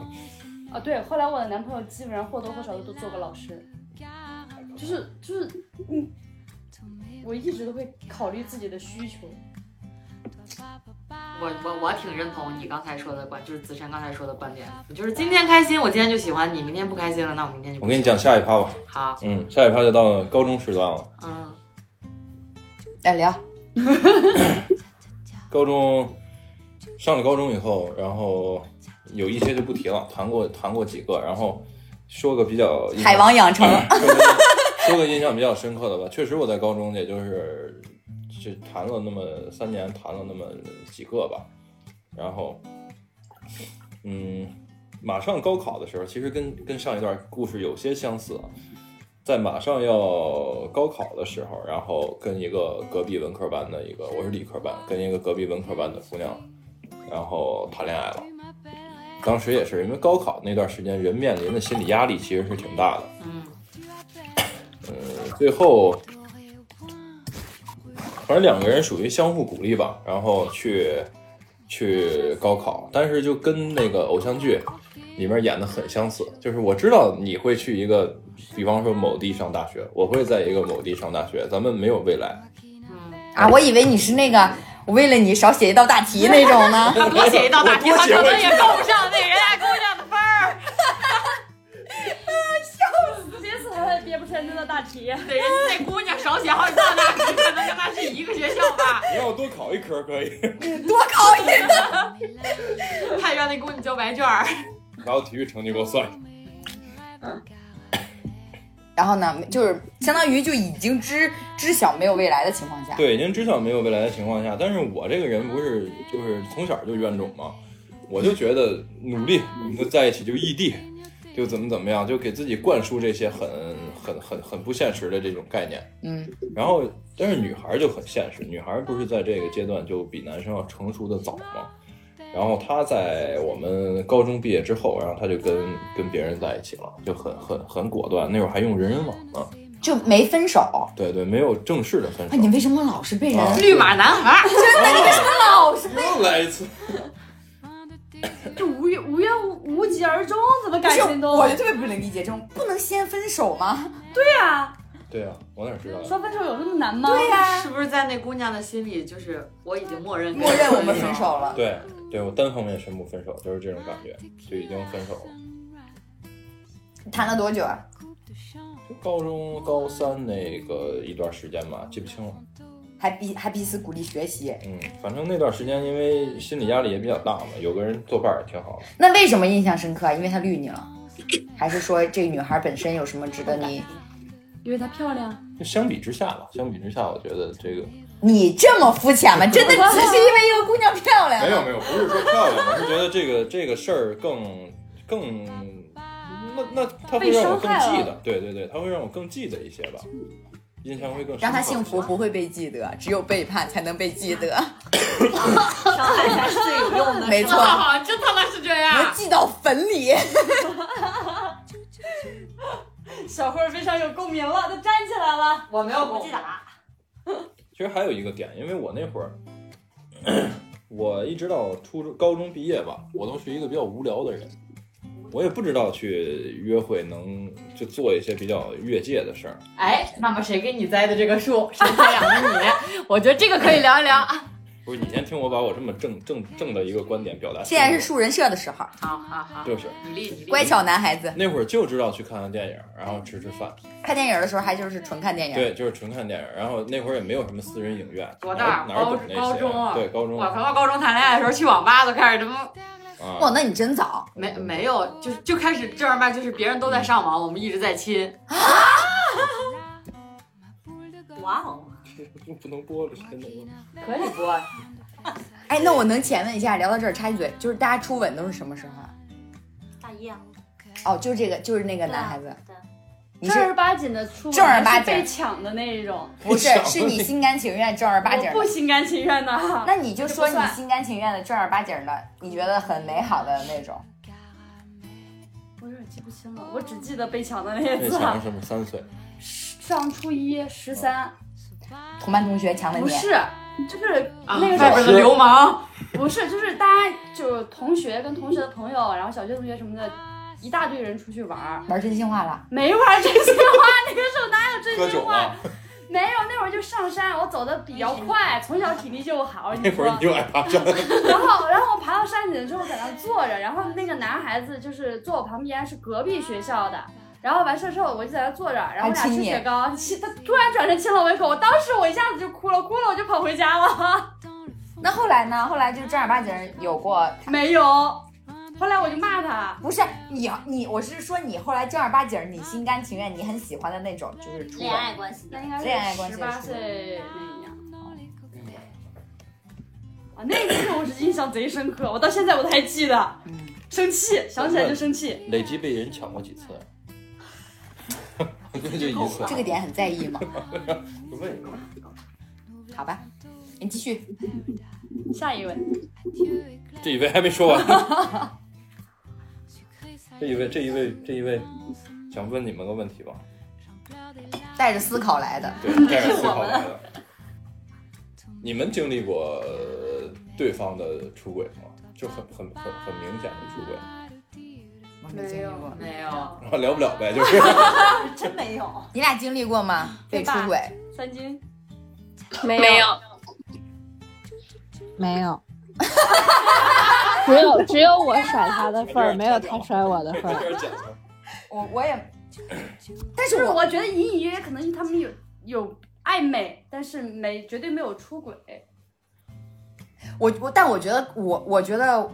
F: 啊，对，后来我的男朋友基本上或多或少的都做过老师，就是就是，嗯，我一直都会考虑自己的需求。
D: 我我我挺认同你刚才说的观，就是子珊刚才说的观点，就是今天开心，我今天就喜欢你；明天不开心了，那我明天就不
G: 我跟你讲下一趴吧，
D: 好，
G: 嗯，下一趴就到高中时段了。
D: 嗯，
B: 哎，聊
G: 高中上了高中以后，然后有一些就不提了，谈过谈过几个，然后说个比较印象
B: 海王养成，
G: 说个印象比较深刻的吧。确实，我在高中也就是就谈了那么三年，谈了那么几个吧。然后，嗯，马上高考的时候，其实跟跟上一段故事有些相似啊。在马上要高考的时候，然后跟一个隔壁文科班的一个，我是理科班，跟一个隔壁文科班的姑娘，然后谈恋爱了。当时也是因为高考那段时间，人面临的心理压力其实是挺大的。
D: 嗯
G: <laughs> 最后，反正两个人属于相互鼓励吧，然后去去高考，但是就跟那个偶像剧里面演的很相似，就是我知道你会去一个，比方说某地上大学，我会在一个某地上大学，咱们没有未来，
B: 啊！我以为你是那个我为了你少写一道大题那种呢。
D: <laughs> 他多写一道大题，
G: 我多
D: 他
G: 写
D: 可能
G: 会
D: 也够不上那人家姑娘的分儿。
F: 憋死他也憋不出来那道大题。
D: 对，人家那姑娘少写好几道大题，可能跟他是一个学校吧。
G: 你让我多考一科可以， <laughs>
D: 还让那姑娘交白卷儿。
G: 把我体育成绩给我算上。
B: 然后呢，就是相当于就已经知知晓没有未来的情况下，
G: 对，您知晓没有未来的情况下，但是我这个人不是就是从小就冤种嘛，我就觉得努力，就在一起就异地，就怎么怎么样，就给自己灌输这些很很很很不现实的这种概念。
B: 嗯，
G: 然后，但是女孩儿就很现实，女孩儿不是在这个阶段就比男生要成熟的早吗？然后她在我们高中毕业之后，然后她就跟跟别人在一起了，就很很很果断。那会儿还用人人网呢，
B: 就没分手。
G: 对对，没有正式的分手
B: 哎，。你为什么老是被人？
G: 啊
D: 绿码男孩儿，
B: 老是
G: 又来一次。
F: 就无缘无缘无无疾而终，怎么
B: 不
F: 感
B: 是？
F: 情都
B: 我就特别不能理解这种，不能先分手吗？
F: 对啊？
G: 对啊，我哪知道呀？
F: 说分手有那么难吗？
B: 对呀、
D: 是不是在那姑娘的心里，就是我已经默认跟
B: 默认
D: 你
B: 我们分
D: <laughs>
B: 手了。
G: 对对，我单方面宣布分手，就是这种感觉，就已经分手了。
B: 谈了多久啊？
G: 就高中高三那个一段时间吧，记不清了。
B: 还彼还彼此鼓励学习。
G: 嗯，反正那段时间因为心理压力也比较大嘛，有个人作伴儿也挺好的。
B: 那为什么印象深刻啊？因为他绿你了，还是说这女孩本身有什么值得你？
F: 因为她漂亮，
G: 就相比之下吧，相比之下，我觉得这个
B: 你这么肤浅吗？真的只是因为一个姑娘漂亮？
G: 没有没有，不是说漂亮，我是觉得这个这个事儿更更，那那他会让我更记得，对对对，他会让我更记得一些吧，印象会更深刻
B: 让她幸福不会被记得，只有背叛才能被记得。
H: 伤害才是最有用的。
B: 没错，
D: 哇，哦真他妈是这
B: <laughs> 能
D: 样！
B: 记到坟里。
H: 小慧儿非常有共鸣了，都站起来了。
D: 我没有
H: 我
D: 攻
H: 记打，
G: 其实还有一个点，因为我那会儿， <clears throat> 我一直到初中、高中毕业吧，我都是一个比较无聊的人，我也不知道去约会能就做一些比较越界的事儿。
D: 哎，那么谁给你栽的这个树？ <laughs> 谁栽养的你？我觉得这个可以聊一聊啊。
G: 不是你先听我把我这么正正正的一个观点表达清
B: 现
G: 楚。
B: 在是树人社的时候，
D: <laughs> 好好好，
G: 就是
D: 你立你立。
B: 乖巧男孩子
G: 那会儿就知道去看看电影，然后吃吃饭，
B: 看电影的时候还就是纯看电影，
G: 对，就是纯看电影。然后那会儿也没有什么私人影院，
D: 多大
G: 哪儿哪儿懂那些？
D: 高高中啊
G: 对，高中
D: 我他妈高中谈恋爱的时候去网吧都开始他妈
B: 哇，
G: 啊，
B: 哦那你真早。
D: 没没有，就就开始正儿八经就是别人都在上网，我们一直在亲。
H: 哇哦！
G: 不不能播了，真的。
D: 可以播，
B: 哎，那我能浅问一下，聊到这儿插一嘴，就是大家初吻都是什么时候啊？
H: 大一啊，
B: 哦，就这个，就是那个男孩子，
H: 对，
B: 你
F: 正儿
B: 是
F: 八经的出门
B: 正儿八
F: 还是
B: 经
F: 被抢的那一种，
B: 不是是你心甘情愿正儿八经
F: 我不
B: 的？
F: 心甘情愿
B: <laughs>
F: 的。
B: 那你就说
F: 这
B: 你
F: 不算
B: 心甘情愿的正儿八经的，你觉得很美好的那种。
F: 我有点记不清了，我只记得被抢的那
G: 那
F: 一次，
G: 强是不是三岁？
F: 上初一十三，
B: 同班同学强吻
F: 不
B: 你，
F: 是，就是
D: 啊、
F: 那个时
D: 外
F: 候
D: 边的流氓，
F: 不是，就是大家就是同学跟同学的朋友，然后小学同学什么的，一大堆人出去玩儿，
B: 玩真心话了。
F: 没玩真心话，那个时候哪有真
G: 喝
F: 心
G: 酒
F: 话
G: 了？，
F: 没有，那会儿就上山，我走的比较
B: 嗯
F: 快，从小体力就好。
G: 那
F: 你
G: 会
F: 说，
G: 儿你就爱爬山。
F: 然后然后我爬到山顶之后在那儿坐着，然后那个男孩子就是坐我旁边，是隔壁学校的。然后完事儿之后，我就在那儿坐着，然后我俩
B: 还亲
F: 吃
B: 你
F: 雪糕，亲他突然转身亲了我一口，我当时我一下子就哭了，哭了我就跑回家了。
B: 那后来呢？后来就正儿八经有过，
F: 没有，后来我就骂他，
B: 不是你你，我是说你后来正儿八经你心甘情愿你很喜欢的那种，就是初吻
H: 恋。爱关系的
F: 那应该
B: 恋爱关
F: 是
B: 系
F: 十
B: 的时
F: 八
B: 候
F: 岁那一年。啊，那个事儿我是印象贼深刻，我到现在我都还记得，
B: 嗯
F: 生气，想起来就生气。
G: <laughs> 累计被人抢过几次？那 <laughs> 就一次。
B: 这个点很在意吗？
G: 不问一问。
B: 好吧，你继续。
F: 下一位，
G: 这一位还没说完。 <laughs> 这一位，这一位，这一位，想问你们个问题吧？
B: 带着思考来的，
G: 对，这样思考来了。你们经历过呃对方的出轨吗？就很很很很明显的出轨，
B: 我没经历过。
D: 没有，
G: 然后聊不了呗，
B: <laughs>
G: 就是
H: 真没有。
B: 你俩经历过吗？被
F: 对吧
B: 出轨？
F: 三金，
C: 没有，没有
E: 没有，只有只有我甩他的份儿，没有他甩我的份
G: 这
E: 儿。
G: 点讲究。
B: 我我也， <coughs> 但
F: 就是是
B: 我
F: 我觉得隐隐约约可能他们有有暧昧，但是没绝对没有出轨。
B: 我我，但我觉得我我觉得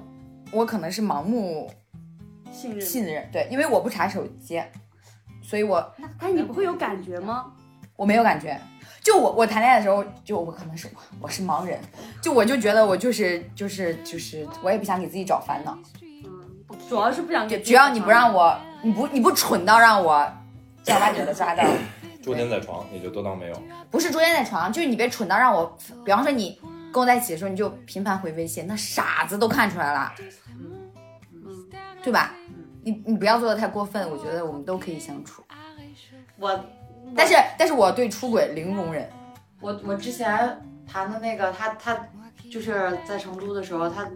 B: 我可能是盲目
F: 信任，
B: 信任，对，因为我不查手机，所以我
F: 哎，你不会有感觉吗？
B: 我没有感觉。就我我谈恋爱的时候，就我可能是我我是盲人，就我就觉得我就是就是就是，我也不想给自己找烦恼。
F: 嗯，主要是不想
B: 就
F: 给。
B: 只要你不让，我，你不你不蠢到让我正儿八经的抓到，
G: 捉奸在床，你就都当没有。
B: 不是捉奸在床，就是你别蠢到让我，比方说你跟我在一起的时候，你就频繁回微信，那傻子都看出来了，对吧？你你不要做的太过分，我觉得我们都可以相处。
D: 我
B: 但是但是我对出轨零容忍，
D: 我我之前谈的那个，他他就是在成都的时候，他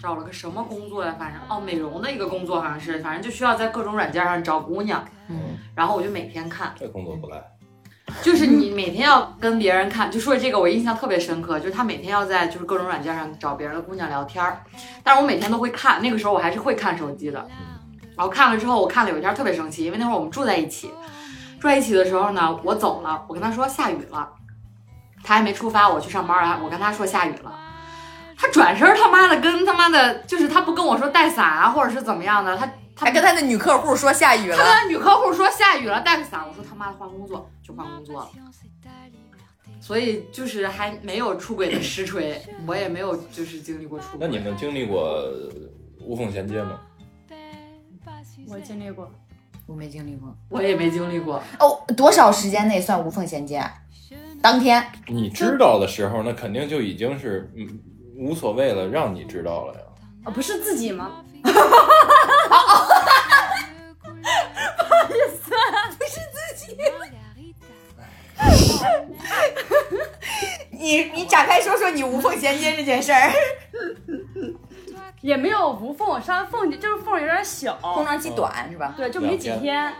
D: 找了个什么工作呀？反正哦，美容的一个工作好像是，反正就需要在各种软件上找姑娘。
G: 嗯，
D: 然后我就每天看，
G: 这工作不赖。
D: 就是你每天要跟别人看，就说这个我印象特别深刻，就是他每天要在就是各种软件上找别人的姑娘聊天儿，但是我每天都会看，那个时候我还是会看手机的，然后看了之后，我看了有一天特别生气，因为那会儿我们住在一起，住在一起的时候呢，我走了，我跟他说下雨了，他还没出发，我去上班啊了，我跟他说下雨了，他转身他妈的跟他妈的，就是他不跟我说带伞啊，或者是怎么样的，他他
B: 还跟他的女客户说下雨
D: 他
B: 了，
D: 跟女客户说下雨了，带个伞。我说他妈的换工作就换工作了，所以就是还没有出轨的实锤，我也没有就是经历过出轨。
G: 那你们经历过无缝衔接吗？
F: 我经历过，
B: 我没经历过。
D: 我也没经历过，
B: 哦，多少时间内算无缝衔接？啊当天
G: 你知道的时候，那肯定就已经是嗯无所谓了，让你知道了呀。
F: 啊，不是自己吗？
B: 你你展开说说你无缝衔接这件事儿，
F: 也没有无缝，上缝就是缝有点
B: 空
F: 小，
B: 窗期短是吧？
F: 对，就没几天，
G: 啊，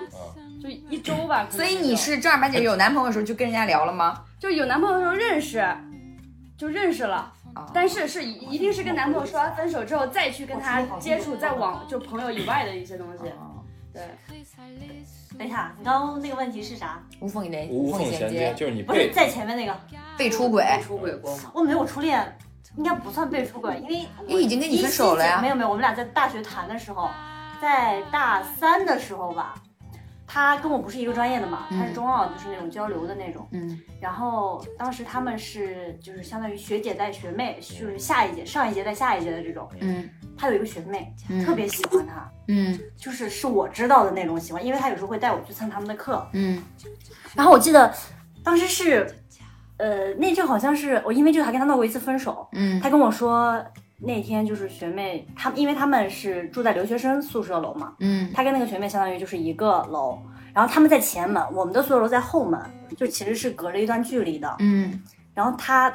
F: 就一周吧。可能
B: 所以你是正儿八经有男朋友的时候就跟人家聊了吗？
F: 就有男朋友的时候认识，就认识了。
B: 啊，
F: 但是是一定是跟男朋友说完分手之后，再去跟他接触，再往就朋友以外的一些东
B: 哦
F: 西。对，
H: 等一下，你刚刚那个问题是啥？
B: 无缝连
G: 无缝衔接
B: 接
G: 就是你
H: 不是
G: 被
H: 在前面那个，
B: 被出轨，
D: 出轨过吗？
H: 我没有初恋，应该不算被出轨，因为我
B: 因为已经跟你分手了呀
H: 一七年没有没有，我们俩在大学谈的时候，在大三的时候吧，他跟我不是一个专业的嘛，他是中澳，就是那种交流的那种。
B: 嗯，
H: 然后当时他们是就是相当于学姐带学妹，就是下一届、上一届带下一届的这种。
B: 嗯，
H: 他有一个学妹，
B: 嗯
H: 特别喜欢他，
B: 嗯
H: 就是是我知道的那种喜欢，因为他有时候会带我去蹭他们的课。
B: 嗯
H: 然后我记得当时是，呃，那阵好像是我因为这个还跟他闹过一次分手。
B: 嗯
H: 他跟我说那天就是学妹，他因为他们是住在留学生宿舍楼嘛，
B: 嗯
H: 他跟那个学妹相当于就是一个楼，然后他们在前门，我们的宿舍楼在后门，就其实是隔着一段距离的。
B: 嗯
H: 然后他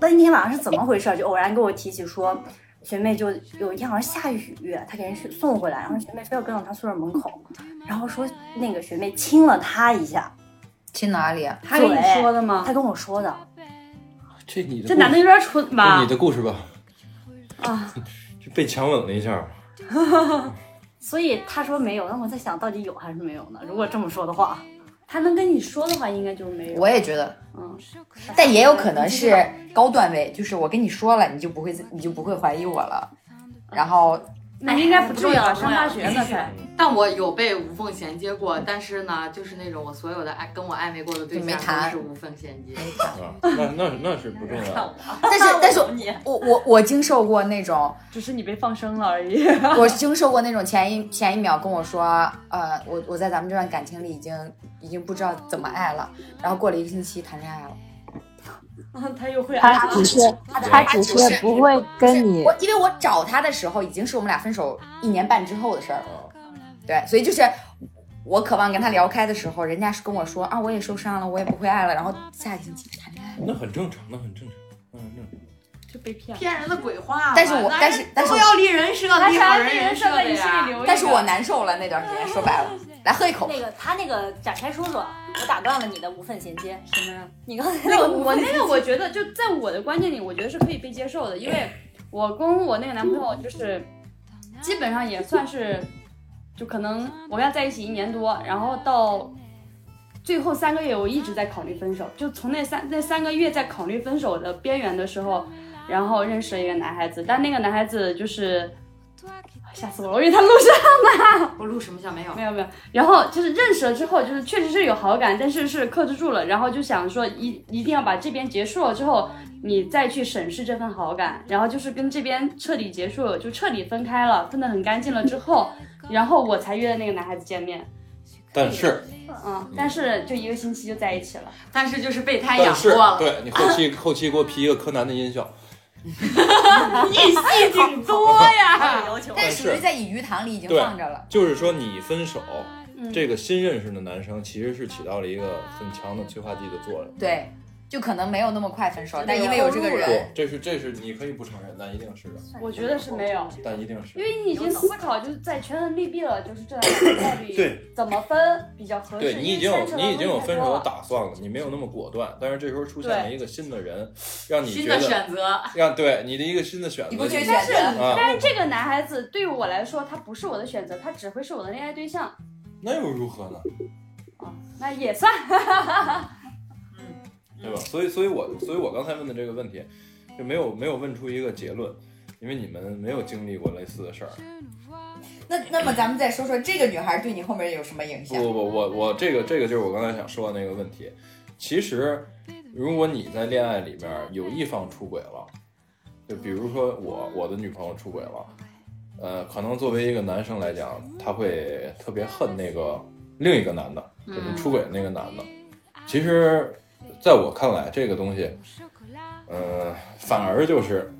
H: 那天晚上是怎么回事儿？就偶然跟我提起说，学妹就有一天好像下雨，他给人去送回来，然后学妹非要跟到他宿舍门口，然后说那个学妹亲了他一下，
B: 亲哪里啊？
F: 他跟你
H: 对
F: 说的吗？
H: 他跟我说的。
G: 这你的
F: 这男的有点蠢
G: 故事这
F: 吧
G: 你？的故事吧，
F: 啊，
G: <laughs> 就被强吻了一下。
H: 所以他说没有，那我在想到底有还是没有呢？如果这么说的话，
F: 他能跟你说的话，应该就是没有。
B: 我也觉得，
F: 嗯，
B: 但也有可能是高段位，就是我跟你说了，你就不会你就不会怀疑我了。然后
F: 那应该不至于
H: 哎
F: 吧？
H: 不
F: 上
H: 重要
F: 大学呢才。
D: 但我有被无缝衔接过，但是呢，就是那种我所有的爱跟我暧昧过的对
B: 就没
D: 象
B: 谈
D: 都是无缝衔接。
G: 啊，那那那是不重要。
B: 但是但是
H: 你
B: 我我我经受过那种， <laughs>
F: 只是你被放生了而 <laughs> 已。
B: 我经受过那种前一前一秒跟我说，呃，我我在咱们这段感情里已经已经不知道怎么爱了，然后过了一个星期谈恋爱了。
F: 他又会啊
E: 他
F: 爱
E: 只是他只是不会跟你
B: 我，因为我找他的时候已经是我们俩分手一年半之后的事儿了，
G: 嗯
B: 对，所以就是我渴望跟他聊开的时候，人家是跟我说啊，我也受伤了，我也不会爱了，然后下一个星期谈恋爱。
G: 那很正常，那很正常，嗯那很正常。
F: 就被骗了。
D: 骗人的鬼话嘛，
B: 但是我
D: 男人
B: 但是但是
D: 不要立人设，
F: 他
D: 立好
F: 啥
D: 人
F: 人
D: 设
F: 设在
D: 的
F: 你心里
D: 呀。
F: 留一个
B: 但是我难受了那段时间，说白了，来喝一口
H: 那。个他那个展开说说，我打断了你的无缝衔接。
F: 什么呀？
H: 你刚 <laughs> 才
F: 那个我那个我觉得就在我的观念里，我觉得是可以被接受的，因为我跟我那个男朋友就是基本上也算是，就可能我们俩在一起一年多，然后到最后三个月，我一直在考虑分手，就从那三那三个月在考虑分手的边缘的时候，然后认识了一个男孩子，但那个男孩子就是。哎吓死我了！我以为他录上
D: 我录什么像没有
F: 没？有没有，然后就是认识了之后，就是确实是有好感，但是是克制住了，然后就想说一一定要把这边结束了之后，你再去审视这份好感，然后就是跟这边彻底结束了，就彻底分开了，分得很干净了之后，然后我才约的那个男孩子见面，
G: 但是
F: 嗯，但是就一个星期就在一起了，
D: 但是就是备胎
G: 但
D: 养
G: 嗯是
D: 过，了， <laughs>
G: 对你后期后期给我 P 一个柯南的音效，
D: 你戏挺多呀。
H: 要求
B: 但是属于在以鱼塘里已经
G: 对
B: 放着了，
G: 就是说你分手，
F: 嗯，
G: 这个新认识的男生其实是起到了一个很强的催化剂的作用。
B: 对，就可能没有那么快分手，
F: 对
B: 但因为有这个
G: 不
B: 人，，
G: 这是这是你可以不承认，但一定是的，
F: 我觉得是没有，
G: 但一定是
F: 因为你已经思考就是在权衡利弊了，就是这两个到底
G: 对
F: 怎么分比较合适，
G: 对你已经有你已经有分手的打算了，你没有那么果断，但是这时候出现了
F: 对
G: 一个新的人，让你
D: 新
G: 觉
D: 的
G: 得
D: 选择，
G: 让对你的一个新的选择，
B: 你不觉得
G: 就是
B: 选
F: 是
B: 择？
F: <laughs>
G: 啊
F: 但是这个男孩子对于我来说，他不是我的选择，他只会是我的恋爱对象啊、
G: 那又如何呢？
F: 那也算。
G: 对吧？所以，所以我，所以我刚才问的这个问题，就没有没有问出一个结论，因为你们没有经历过类似的事儿。
B: 那那么咱们再说说这个女孩对你后面有什么影响？
G: 不不不，我我这个这个就是我刚才想说的那个问题。其实，如果你在恋爱里边有一方出轨了，就比如说我我的女朋友出轨了，呃，可能作为一个男生来讲，他会特别恨那个另一个男的，就是出轨的那个男的。其实，在我看来，这个东西，呃，反而就是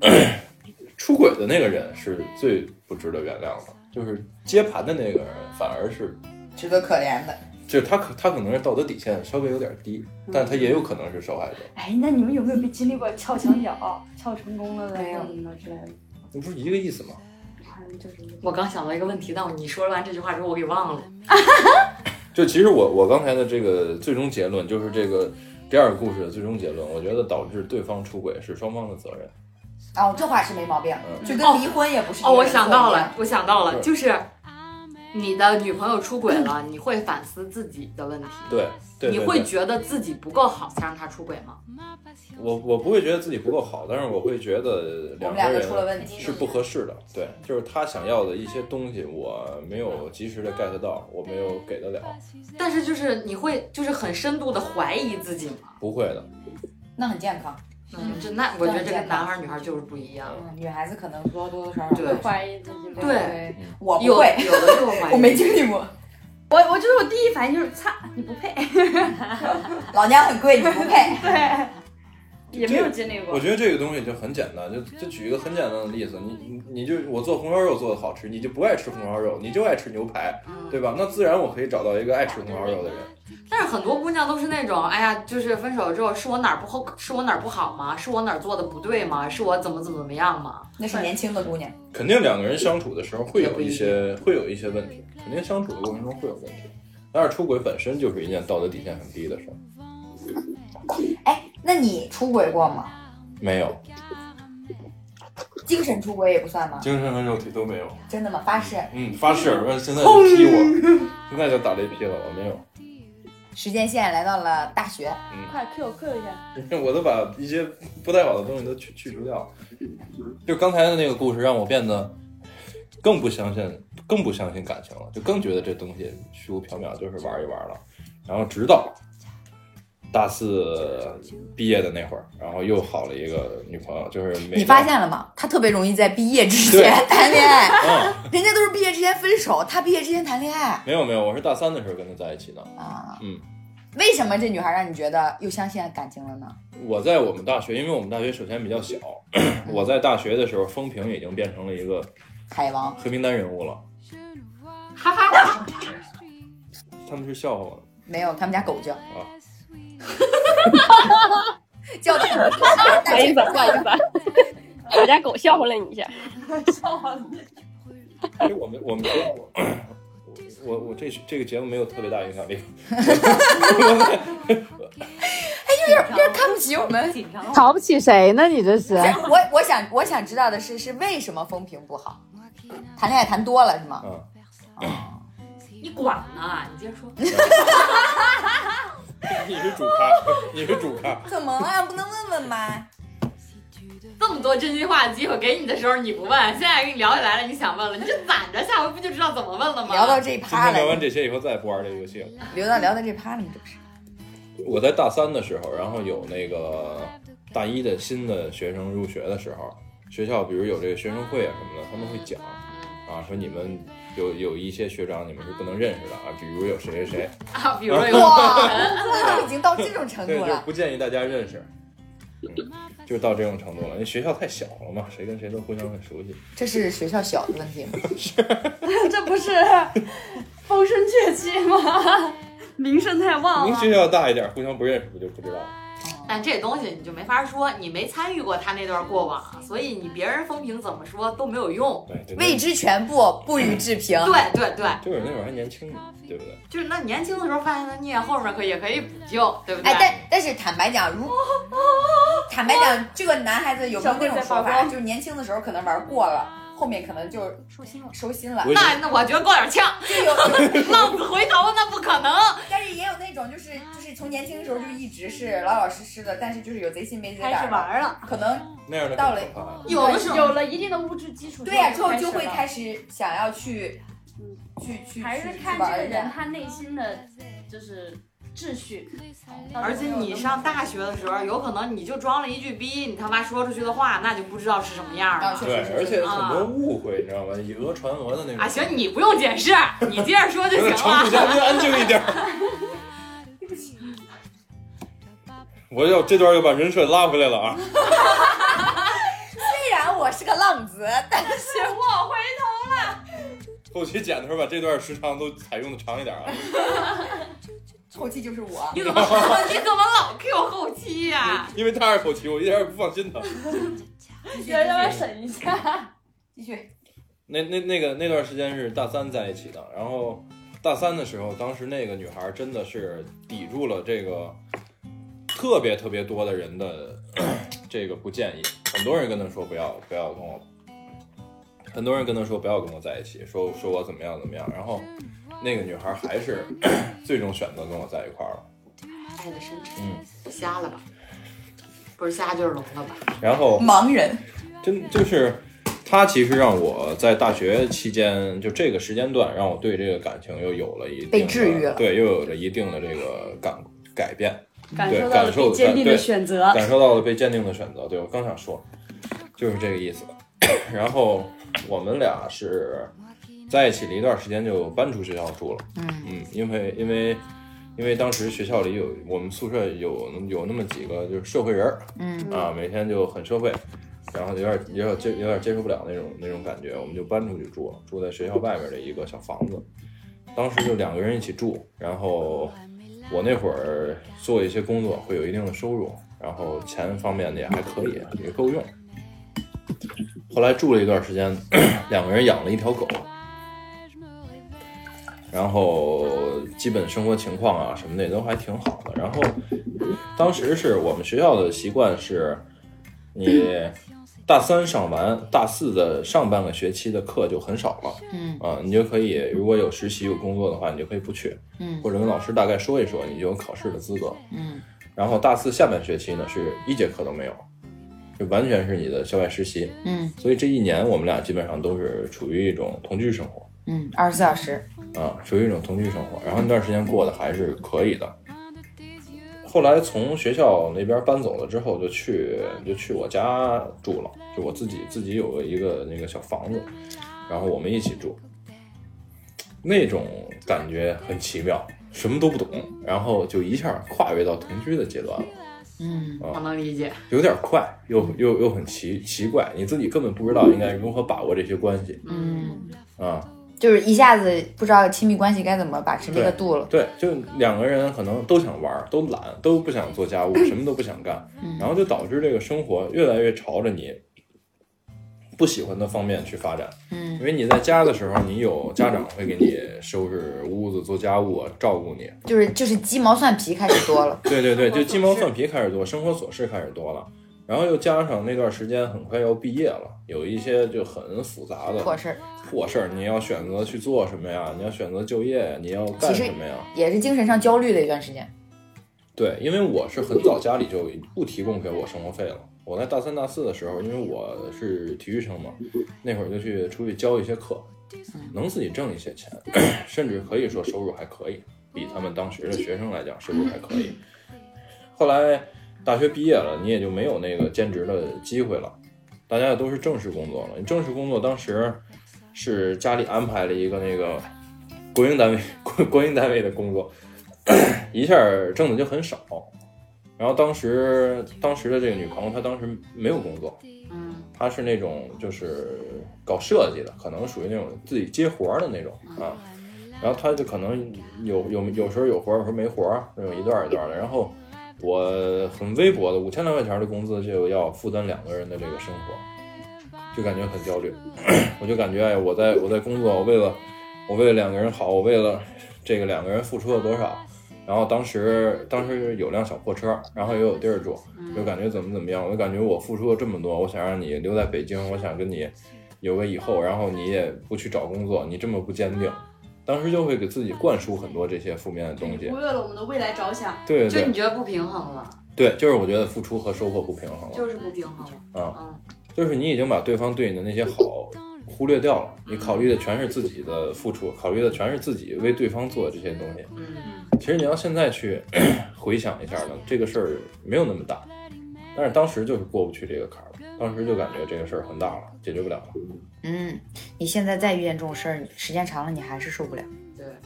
G: <coughs> 出轨的那个人是最不值得原谅的，就是接盘的那个人反而是
B: 值得可怜的。
G: 就是他可他可能是道德底线稍微有点低，
B: 嗯
G: 但他也有可能是受害者。
F: 哎，那你们有没有被经历过撬墙 <laughs> 角、撬成功了的什么之类的？
G: 那不是一个意思吗？
F: 反正就是
D: 我刚想到一个问题，但你说完这句话之后，我给忘了。
G: 就其实我我刚才的这个最终结论就是这个第二个故事的最终结论，我觉得导致对方出轨是双方的责任。
B: 哦，这话是没毛病，
G: 嗯
B: 就跟离婚也不是一个
D: 哦，我
B: 人
D: 想
B: 做的
D: 到了，我想到了，
G: 对
D: 就是你的女朋友出轨
G: <clears throat>
D: 了，你会反思自己的问题，
G: 对对，
D: 你
G: 对
D: 会
G: 对
D: 觉得自己不够好才让她出轨吗？
G: 我我不会觉得自己不够好，但是我会觉得
B: 我
G: 两
B: 们两个
G: 人
B: 出了问题
G: 是不合适的。对，就是他想要的一些东西，我没有及时的 get 到，我没有给得了，
D: 但是就是你会就是很深度的怀疑自己吗？
G: 不会的。
B: 那很健康。
D: 嗯，这那我觉得
B: 那
D: 这
B: 很
D: 个
B: 健康
D: 男孩女孩就是不一样。
B: 嗯，女孩子可能多多少少
D: 对
F: 会怀疑自己。
D: 对
G: 哦
B: 我
D: 有
B: 不
D: 有
B: 会，
D: 的就会
G: <laughs>
D: 怀疑，
B: 我没经历过。
H: 我我就是我第一反应就是，擦，你不配。
B: <laughs> 老娘很贵，你不 <laughs> 配。
F: 也没有经历过
G: 我。觉得这个东西就很简单，就就举一个很简单的例子，你你你就我做红烧肉做的好吃，你就不爱吃红烧肉，你就爱吃牛排，对吧？那自然我可以找到一个爱吃红烧肉的人。
D: 但是很多姑娘都是那种，哎呀，就是分手之后是我哪儿不好，是我哪儿不好吗？是我哪儿做的不对吗？是我怎么怎么怎么样吗？
B: 那是年轻的姑娘，
G: 肯定两个人相处的时候会有一些会有一些问题，肯定相处的过程中会有问题。但是出轨本身就是一件道德底线很低的事儿，
B: 哎，那你出轨过吗？
G: 没有
B: 精神出轨也不算吗？
G: 精神和肉体都没有。
B: 真的吗？发誓。
G: 嗯，发誓，我现在就 <laughs> 踢我，现在就打雷劈了，我没有。
B: 时间线来到了大学，
F: <laughs> 快 Q Q 一下，
G: <laughs> 我都把一些不太好的东西都去去除掉。 <laughs> 就刚才的那个故事，让我变得更不相信，更不相信感情了，就更觉得这东西虚无缥缈，就是玩一玩了。然后直到大四毕业的那会儿，然后又好了一个女朋友，就是没
B: 你发现了吗？她特别容易在毕业之
G: 对
B: 前谈恋爱，
G: 嗯，
B: 人家都是毕业之前分手，她毕业之前谈恋爱
G: 没有没有，我是大三的时候跟她在一起的。
B: 啊。
G: 嗯，
B: 为什么这女孩让你觉得又相信感情了呢？
G: 我在我们大学，因为我们大学首先比较小， <clears throat> 我在大学的时候，风评已经变成了一个
B: 海王，
G: 黑名单人物了。
D: 哈哈，
G: 他们是笑话我的。
B: 没有，他们家狗叫
G: 啊。
B: <laughs> 叫
F: <laughs>
B: 的不
C: 不好意思，不好意思，我家狗笑话了你一下。
G: 其实我们 <coughs> 我们节目，我我这这个节目没有特别大影响力。
B: 有点看不起我们。
H: 紧张，
E: 瞧不起谁呢？你这是？
B: 我我想我想知道的是，是为什么风评不好？谈恋爱谈多了是
D: 啊
B: 吗？
G: 嗯，
D: 你管呢？你接着说。
G: 你是主咖， <laughs> 你是主咖。
B: 怎么啊了？不能问问吗？
D: 这么多真心话的机会给你的时候你不问，现在跟你聊起来了，你想问了，你就攒着，下回不就知道怎么问了吗？
B: 聊啊到这
G: 今
B: 趴
G: 天
B: 了
G: 聊，完这些以后，再也不玩这个游戏了。
B: 聊到聊到这趴了，你这 <laughs> 不是？
G: 我在大三的时候，然后有那个大一的新的学生入学的时候，学校比如有这个学生会啊什么的，他们会讲啊，说你们有有一些学长你们是不能认识的啊，比如有谁谁谁，
D: 啊，比如说有
B: 哇，都已经到这种程
G: 对，
B: 度
G: 就
B: 了。
G: 不建议大家认识。嗯，就是到这种程度了，因为学校太小了嘛，谁跟谁都互相很熟悉。
B: 这是学校小的问题吗？
F: <laughs> 这不是风声鹊起吗？ <laughs> 名声太旺
B: 哦
G: 您
F: 了。
G: 学校大一点，互相不认识不就不知道了？
D: 但这东西你就没法说，你没参与过他那段过往，所以你别人风评怎么说都没有用。
G: 对，
B: <laughs>
G: 对
B: 未知全部，不予置评。
D: 对对对，
G: 就是那会儿还年轻嘛，对不对？
D: 就是那年轻的时候犯下的孽，后面可也可以补救，对不对？
B: 哎，但但是坦白讲，如坦白讲，这个男孩子有没有那种说
F: 小慧在
B: 法，就是年轻的时候可能玩过了，后面可能就
H: 收心了。
B: 收心了。
G: 我
D: 那那我觉得够点呛，
B: 就有，
D: 浪子回头那不可能。
B: 但是也有那种就是就是从年轻的时候就一直是老老实实的，但是就是有贼心没贼
H: 开
B: 胆
H: 始
B: 的，
H: 玩了，
B: 可能
G: 那样的
B: 到了
G: 很可怕。
D: 有的时候
F: 有了一定的物质基础，
B: 对呀、之后就会
F: 开
B: 开始想要去，去去
F: 还
B: 去
F: 是
B: 去
F: 看
B: 玩
F: 这个
B: 一
F: 人
B: 下
F: 他内心的就是秩序。
D: 而且你上大学的时候，有可能你就装了一句逼，你他妈说出去的话，那就不知道是什么样
B: 啊，
D: 了。
B: 确
G: 对
B: 实，是
G: 而且
B: 这样
G: 很多误会，你知道吗？以讹传讹的那种。
D: 啊，行，你不用解释，你接着说就
G: 有点
D: 行
G: 常
D: 了。
G: 驻嘉宾，安静一点。 <laughs> 我要这段又把人设拉回来了啊！
B: 虽然我是个浪子，但是
D: 我回
G: 后期剪的时候把这段时长都采用的长一点啊。
B: 后期就是我。
D: 你怎么你怎么老 Q 后期呀、
G: 因为他是后期，我一点也不放心他。
B: 继续
F: 要让我审一下，
B: 继续，
G: 那那那个那段时间是大三在一起的，然后大三的时候，当时那个女孩真的是抵住了这个特别特别多的人的这个不建议，很多人跟她说不要不要跟我，很多人跟她说不要跟我在一起，说说我怎么样怎么样，然后那个女孩还是 <coughs> 最终选择跟我在一块儿了。
D: 爱的深沉，
G: 嗯，
D: 瞎了吧？不是瞎就是聋了吧？
G: 然后
B: 盲人
G: 真就是他其实让我在大学期间就这个时间段，让我对这个感情又有了一定的
B: 被治愈了
G: 对，又有了一定的这个感改变，
F: 感
G: 对
F: 受到
G: 感
F: 了
G: 受
F: 被坚定
G: 对
F: 的选择。
G: 感受到了被坚定的选择。对我刚想说，就是这个意思。 <coughs> 然后我们俩是在一起了一段时间就搬出学校住了，嗯因为因为因为当时学校里有我们宿舍有有那么几个就是社会人儿，嗯啊，每天就很社会，然后有点有点接有点接受不了那种那种感觉，我们就搬出去住了，住在学校外面的一个小房子。当时就两个人一起住，然后我那会儿做一些工作会有一定的收入，然后钱方面的也还可以，也够用。后来住了一段时间，两个人养了一条狗，然后基本生活情况啊什么的也都还挺好的。然后当时是我们学校的习惯是，你大三上完，大四的上半个学期的课就很少了，嗯啊，你就可以如果有实习有工作的话，你就可以不去，嗯，或者跟老师大概说一说，你就有考试的资格，嗯。然后大四下半学期呢，是一节课都没有，就完全是你的校外实习，嗯，所以这一年我们俩基本上都是处于一种同居生活，
B: 嗯，二十四小时，
G: 啊，属于一种同居生活。然后那段时间过得还是可以的。后来从学校那边搬走了之后，就去就去我家住了，就我自己自己有一个那个小房子，然后我们一起住，那种感觉很奇妙，什么都不懂，然后就一下跨越到同居的阶段了。
B: 嗯
G: 哦
D: 我能理解，
G: 有点快，又又又很奇奇怪，你自己根本不知道应该如何把握这些关系
B: 嗯，
G: 啊。
B: 就是一下子不知道亲密关系该怎么把持这个
G: 对
B: 度了。
G: 对，就两个人可能都想玩儿，都懒，都不想做家务，什么都不想干，
B: 嗯
G: 然后就导致这个生活越来越朝着你不喜欢的方面去发展。嗯，因为你在家的时候，你有家长会给你收拾屋子、做家务啊，照顾你。，
B: 就是就是鸡毛蒜皮开始多了 <laughs>
G: 对对对，就鸡毛蒜皮开始多，生活琐事开始多了。然后又加上那段时间很快要毕业了，有一些就很复杂的
B: 破事儿
G: 破事儿，你要选择去做什么呀？你要选择就业，你要干
B: 其实
G: 什么呀？
B: 也是精神上焦虑的一段时间。
G: 对，因为我是很早家里就不提供给我生活费了。我在大三、大四的时候，因为我是体育生嘛，那会儿就去出去教一些课，能自己挣一些钱，甚至可以说收入还可以，比他们当时的学生来讲收入还可以。后来大学毕业了，你也就没有那个兼职的机会了，大家也都是正式工作了。正式工作当时是家里安排了一个那个国营单位、国国营单位的工作，一下儿挣的就很少。然后当时当时的这个女朋友，她当时没有工作，
D: 嗯，
G: 她是那种就是搞设计的，可能属于那种自己接活儿的那种啊。然后她就可能有有有时候有活儿，有时候没活儿，那种一段儿一段儿的。然后我很微薄的五千来块钱的工资就要负担两个人的这个生活，就感觉很焦虑。 <clears throat> 我就感觉哎，我在我在工作，我为了我为了两个人好，我为了这个两个人付出了多少。然后当时当时有辆小破车，然后也有地儿住，就感觉怎么怎么样，我就感觉我付出了这么多，我想让你留在北京，我想跟你有个以后，然后你也不去找工作，你这么不坚定，当时就会给自己灌输很多这些负面的东西
F: 不。为了我们的未来着想，
G: 对
D: 就
G: 对
D: 你觉得不平衡了，
G: 对，就是我觉得付出和收获不平衡了
D: 就是不平衡了。
G: 啊，
D: 嗯，
G: 就是你已经把对方对你的那些好忽略掉了，你考虑的全是自己的付出，考虑的全是自己为对方做的这些东西。
D: 嗯，
G: 其实你要现在去 <clears throat> 回想一下呢，这个事儿没有那么大，但是当时就是过不去这个坎儿了，当时就感觉这个事儿很大了，解决不了了。
B: 嗯，你现在再遇见这种事儿，时间长了你还是受不了。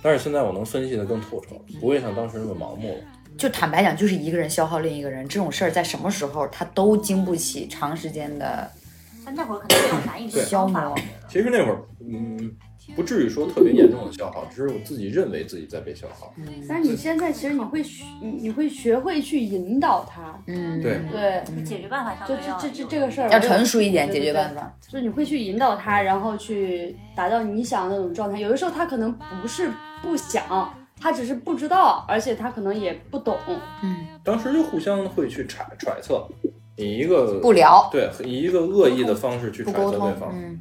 G: 但是现在我能分析的更透彻了，不会像当时那么盲目了。
B: 就坦白讲，就是一个人消耗另一个人这种事儿，在什么时候他都经不起长时间的
H: 但那会儿可能没有啥应对
B: 消
H: 方法，
B: 磨
H: 我觉。得。
G: 其实那会儿，嗯，不至于说特别严重的消耗，只是我自己认为自己在被消耗。
F: 但是你现在其实你会学，你你会学会去引导他，
B: 嗯，
G: 对
F: 对，
H: 就解决办法上
F: 就
H: 面
F: 这
H: 要
F: 这这这个
H: <laughs>
F: 事儿
B: 要
F: 我有
B: 成熟一点
F: 对
B: 解
F: 对
B: 决
F: 对
B: 办法。
F: 就是你会去引导他，然后去达到你想的那种状态。有的时候他可能不是不想，他只是不知道，而且他可能也不懂。
G: 当时就互相会去揣揣测，以一个
B: 不聊，
G: 对以一个恶意的方式去
B: 不
G: 揣
B: 沟
G: 测对
B: 通，
G: 方。
B: 嗯，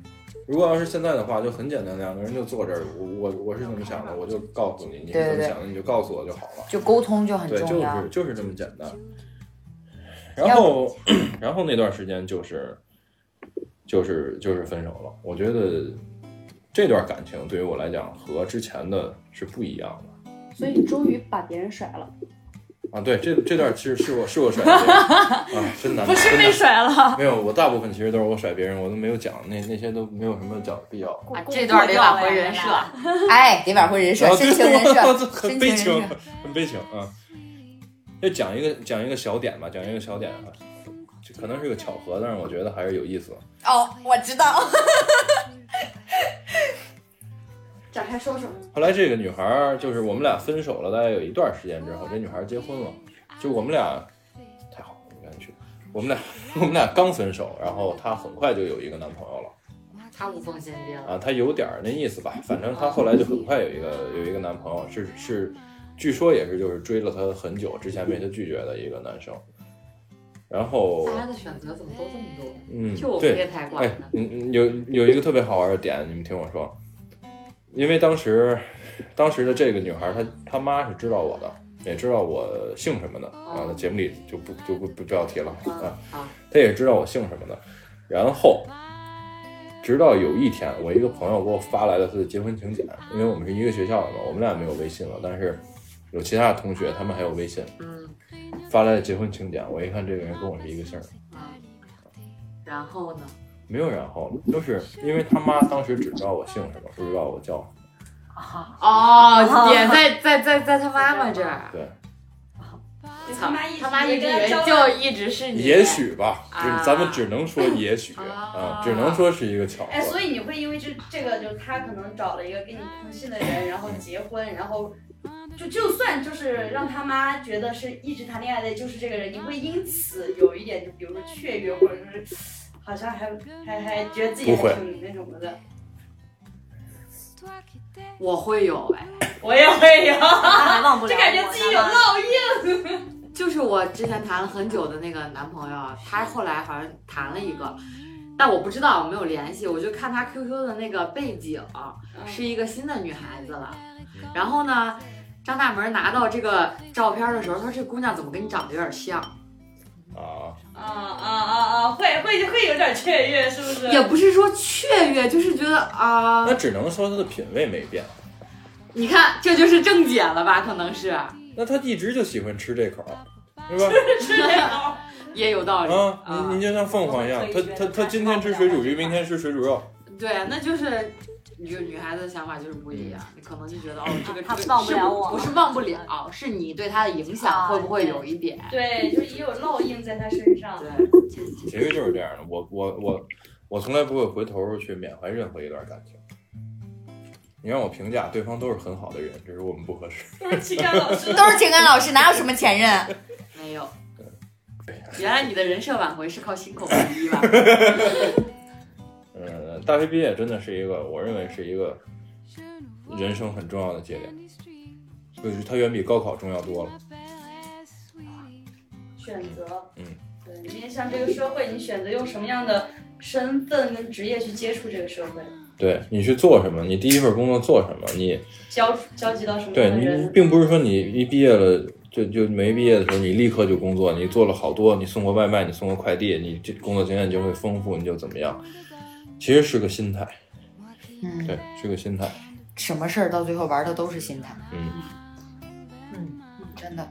G: 如果要是现在的话，就很简单，两个人就坐这儿，我我我是怎么想的，我就告诉你，你是
B: 对对
G: 怎么
B: 对
G: 想的，你就告诉我就好了。
B: 就沟通就很
G: 对，
B: 重
G: 就
B: 要。
G: 是就是这么简单。
F: 嗯
G: 然后 <clears throat> 然后那段时间就是就是就是分手了。我觉得这段感情对于我来讲和之前的是不一样的
F: 所以你终于把别人甩了，
G: 啊。对，这这段其实是我是
F: <laughs>
G: 我甩的啊，真难，不是被甩了，没有，我大部分其实都是我甩别人，我都没有讲那那些都没有什么讲必要。
D: 啊这段得挽回人设，
B: 哎，得挽回人设
G: 然， <laughs> 后
B: 深情人
G: 啊我
B: 设，
G: 哦很
B: 深
G: 悲
B: 情
G: 情
B: 人设。，
G: 很悲情啊。要讲一个讲一个小点吧，讲一个小点啊，这可能是个巧合，但是我觉得还是有意思。
B: 哦，我知
G: <laughs>
B: 道，
F: 展开说说。
G: 后来这个女孩儿就是我们俩分手了，大概有一段时间之后，这女孩儿结婚了，就我们俩太好了，我赶紧去。我们俩 <laughs> 我们俩刚分手，然后她很快就有一个男朋友了
D: 他无缝衔接了。
G: 啊，她有点儿那意思吧，反正她后来就很快有一个有一个男朋友，是是，据说也是就是追了她很久，之前被她拒绝的一个男生，然后
D: 大家的选择怎么都这么多？
G: 哦嗯，
D: 啊就我们
G: 对。
D: 这台管
G: 哎
D: 的，，
G: 嗯嗯，有有一个特别好玩的点，你们听我说，因为当时当时的这个女孩，她她妈是知道我的，也知道我姓什么的啊，节目里就不就不不不要提了啊
D: 啊，
G: 她也知道我姓什么的。然后，直到有一天，我一个朋友给我发来了他的结婚请柬，因为我们是一个学校的嘛，我们俩没有微信了，但是有其他的同学，他们还有微信，
D: 嗯，
G: 发来了结婚请柬，我一看这个人跟我是一个姓儿。
D: 然后呢？
G: 没有然后了，就是因为他妈当时只知道我姓什么，不知道我叫什
D: 哦，点在在在在他妈妈这儿
G: 么。，对，
D: 操，他妈一直以为就一直是你。
G: 也许吧，
D: 啊
G: 只咱们只能说也许
D: 啊
G: 啊，只能说是一个巧合。
F: 哎，所以你会因为这这个，就是他可能找了一个跟你通信的人，然后结婚，然后就就算就是让他妈觉得是一直谈恋爱的就是这个人，你会因此有一点，就比如说雀跃，或者是好像还还还觉得自己
G: 不会
F: 还挺那什么的。
D: 我会有哎，
F: 我也会有，
H: 他还忘不了
F: 就
H: 我，
F: 感觉自己有
H: 他妈
F: 烙印。
D: 就是我之前谈了很久的那个男朋友，啊他后来好像谈了一个，但我不知道，我没有联系。我就看他 QQ 的那个背景是一个新的女孩子了，然后呢，张大门拿到这个照片的时候，他说这姑娘怎么跟你长得有点像？
G: 啊，
F: 啊啊啊啊！会会会有点雀跃，是不是？ <laughs>
D: 也不是说雀跃，就是觉得啊、
G: 那只能说他的品味没变。
D: 你看这就是正解了吧？可能是
G: 那他一直就喜欢吃这口儿，对吧？
D: 也有道理
G: 啊，你你就像凤凰一样，他他他今天吃水煮鱼，明天吃水煮肉，
D: 对，那就是女女孩子的想法就是不一样，你可能就觉得哦，这个
H: 她
D: 这个
H: 忘不
D: 是
H: 了我
D: 不是忘不了，是你对她的影响
H: 啊
D: 会不会有一 <laughs> 点？
F: 对，就也有烙印在他身上。<laughs>
H: <laughs>
D: 对，
G: 其实就是这样的。我我我我从来不会回头去缅怀任何一段感情。你让我评价对方都是很好的人，只是我们不合适。
F: 都是情感老师，
B: 都是情感老师，哪有什么前任？
D: 没有。原来你的人设挽回是靠心口不一吧？
G: 嗯，大学毕业真的是一个，我认为是一个人生很重要的节点，就是它远比高考重要多了。
F: 选择，
G: 嗯，
F: 对，面向这个社会，你选择用什么样的
I: 身份跟职业去接触这个社会，
G: 对你去做什么，你第一份工作做什么，你
I: 交交集到什么
G: 对
I: 样的
G: 你
I: 人，
G: 并不是说你一毕业了就就没毕业的时候，你立刻就工作，你做了好多，你送过外卖，你送过快递，你这工作经验就会丰富，你就怎么样？其实是个心态，
B: 嗯，
G: 对，是个心态，
B: 什么事儿到最后玩的都是心态，
G: 嗯，
B: 真的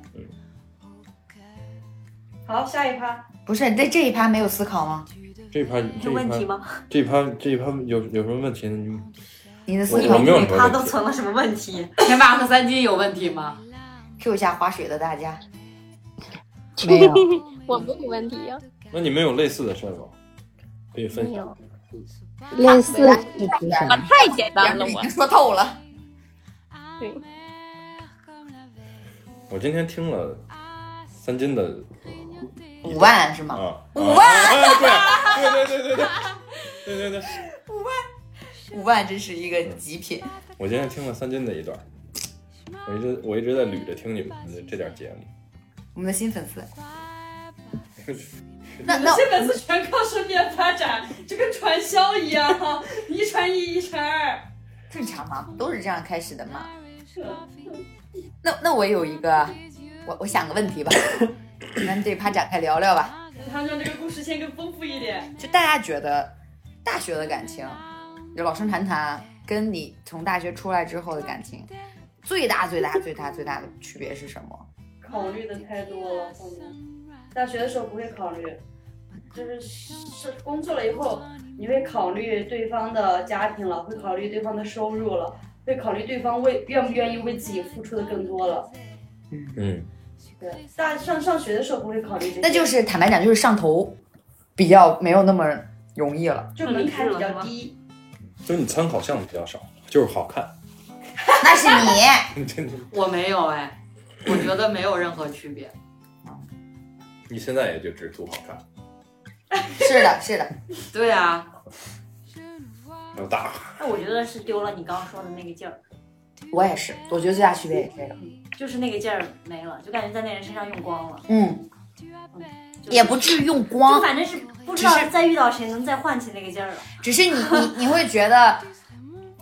I: 好，下一趴，
B: 不是这这一趴没有思考吗？
G: 这一趴这
H: 有
G: 一
H: 问题
G: 趴
H: 吗？
G: 这一趴这一趴有有什么问题呢？你
B: 你的
G: 我
B: 思
G: 我
B: 考
G: 没有什么
H: 他都
G: 问题，
H: 成了什么问题？
D: 天霸和三金有问题吗？
B: Q 一下划水的大家，
E: 没有，
C: <laughs> 我啊没有问题呀、
G: 那你们有类似的事儿吗？可以分
C: 没
G: 享。
C: 有，
E: 类似是指什
C: 我
E: 么？
C: 太简单了，
B: 已
C: 我
B: 经说透了，
C: 对，
G: 我今天听了三金的
B: 五万是吗？
C: 哦
G: 啊，五万，哎对对对对对对对对对，
B: 五万真是一个极品，
G: 我今天听了三金的一段，我一直我一直在捋着听你们的这点节目。
B: 我们的新粉丝。那那
I: 这粉丝全靠身边发展，就跟传销一样，一传一，一传二。
B: 正常嘛，不都是这样开始的嘛？那那我有一个，我我想个问题吧，咱这趴展开聊聊吧。
I: 他让这个故事线更丰富一点。
B: 就大家觉得大学的感情，就老生常谈，跟你从大学出来之后的感情，最大最大最大最大的区别是什么？
I: 考虑的太多了，后面大学的时候不会考虑，就是是工作了以后，你会考虑对方的家庭了，会考虑对方的收入了，会考虑对方为愿不愿意为自己付出的更多了。
G: 嗯，
I: 对，大上上学的时候不会考虑这些，
B: 那就是坦白讲，就是上头比较没有那么容易
F: <laughs>
B: 了。
I: 就门槛比较低。
G: 就是你参考项目比较少，就是好看。
B: 那是你，
G: 真的，
D: 我没有哎，我觉得没有任何区别。
G: 你现在也就只图好看，
B: 是的，是的，
D: 对啊，
G: 还有大。
H: <laughs> 那我觉得是丢了你刚刚说的那个劲儿，
B: 我也是，我觉得最大区别也是这个。
H: 就是那个劲儿没了，就感觉在那人身上用光了，
B: 嗯，
H: 就是
B: 也不至于用光
F: 哦
H: 就，反正是不知道再遇到谁能再唤起那个劲儿了。
B: 只是你你你会觉得，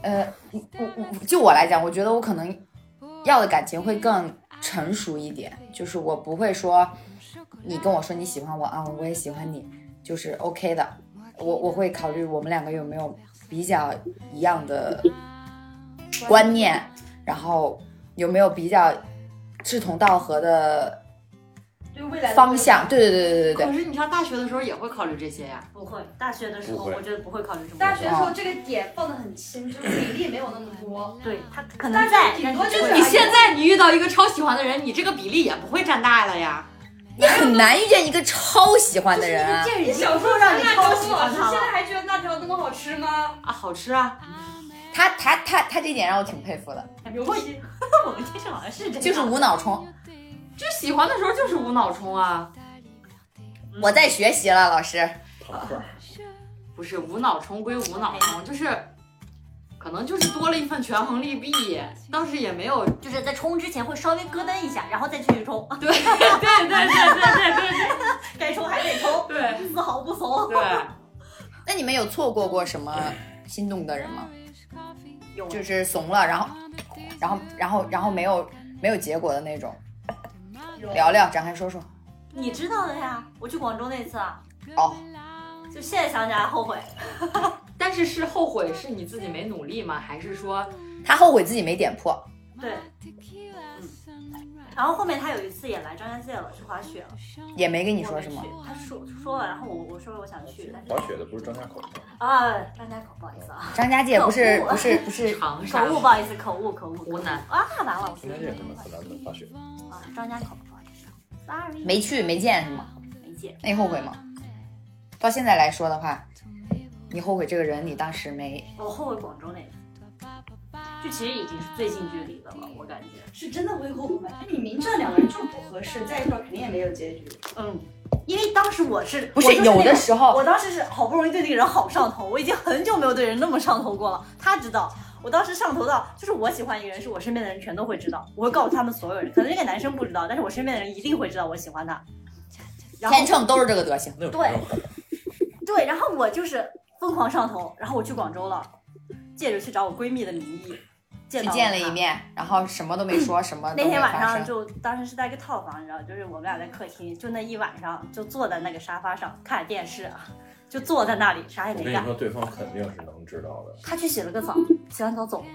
B: 呃，我我我就我来讲，我觉得我可能要的感情会更成熟一点，就是我不会说你跟我说你喜欢我啊，我也喜欢你，就是 OK 的。我我会考虑我们两个有没有比较一样的观念，然后有没有比较志同道合的
I: 对未来的
B: 方向。对对对对对
D: 可
B: 对，
D: 是你上大学的时候也会考虑这些呀、
H: 不会，大学的时
G: 不
H: 候
G: 会
H: 我觉得不会考虑这么多。
I: 大学的时候这个点放的很轻，就是比例没有那么多。
H: 对他可能
I: 大学
H: 在，
I: 顶
H: 但
I: 多
H: 是
I: 嗯就
H: 不
I: 是哎
H: 会
D: 你现在你遇到一个超喜欢的人，你这个比例也不会占大了呀。
B: 你很难遇见一个超喜欢的人啊。
H: 劲儿
I: 你
H: 已经
I: 小时候
H: 让
I: 让
H: 你
I: 你
H: 超
I: 超
H: 喜
I: 喜
H: 欢
I: 欢
H: 他
I: 他，现在
H: 了。
I: 还觉得辣条那么好吃吗？
D: 啊，好吃啊！
B: 他他他他这点让我挺佩服的，
I: 游戏，
H: 我们这是好像是这样，
B: 就是无脑冲。
D: 就喜欢的时候就是无脑冲啊，
H: 嗯
B: 我在学习了，老师。
G: 坦克，
D: 不是无脑冲归无脑冲，就是可能就是多了一份权衡利弊，倒是也没有。
H: 就是在冲之前会稍微咯噔一下，然后再继续冲， <laughs>
D: 对 <laughs> 对对对对对对
H: 该冲还得冲，
D: 对
H: 丝毫不怂。
D: 对，
B: 那你们有错过过什么心动的人吗？
H: 有啊
B: 就是怂了，然后，然后，然后，然后没有没有结果的那种。聊聊，展开说说。
H: <laughs> 你知道的呀，我去广州那次啊，
B: 哦，
H: 就现在想起来后悔。
D: 但是是后悔是你自己没努力吗？还是说
B: 他后悔自己没点破。
H: 对，嗯，然后后面他有一次也来张家界了，去滑雪了，
B: 也没跟你
H: 我
B: 说
H: 没
B: 什么
H: 去。他说说了，然后我我说我想去，但是
G: 滑雪的不是张家口吗？
H: 啊，张家口不好意思啊，
B: 张家界不是
H: 可恶
B: 不是不是，
D: 长沙
H: 口误不好意思，口误口误，
D: 湖南
H: 啊，完了，我
G: 张家界是吗？河南的滑雪。
H: 啊，张家口不好意思，sorry，
B: 没去没见是吗？
H: 没见，
B: 那你后悔吗？到现在来说的话，你后悔这个人，你当时没
H: 我哦后悔广州那次，就其实已经是最近距离的了，我感觉，
I: 是真的会后悔吗？你明知道两个人就是不合适，在一块儿肯定也没有结局。
H: 嗯，因为当时我是
B: 不
H: 我
B: 是
H: 就是
B: 有
H: 那
B: 的
H: 种
B: 时候
H: 我当时是好不容易对那个人好上头，我已经很久没有对人那么上头过了。他知道，我当时上头到，就是我喜欢一个人，是我身边的人全都会知道，我会告诉他们所有人。可能这个男生不知道，但是我身边的人一定会知道我喜欢他。然后
B: 天秤都是这个德行。
G: 那有什
H: 对
G: 么好的？
H: 对，然后我就是疯狂上头，然后我去广州了，借着去找我闺蜜的名义见
B: 去
H: 到
B: 见了一
H: 她。
B: 面，然后什么都没说，什么都
H: 啊那
B: 没
H: 天晚
B: 发
H: 上
B: 生。
H: 就当时是在一个套房，你知道，就是我们俩在客厅，就那一晚上就坐在那个沙发上看电视啊，就坐在那里啥也
G: 我
H: 没
G: 跟你
H: 干。
G: 说，对方肯定是能知道的。
H: 他去洗了个澡，洗完澡走了。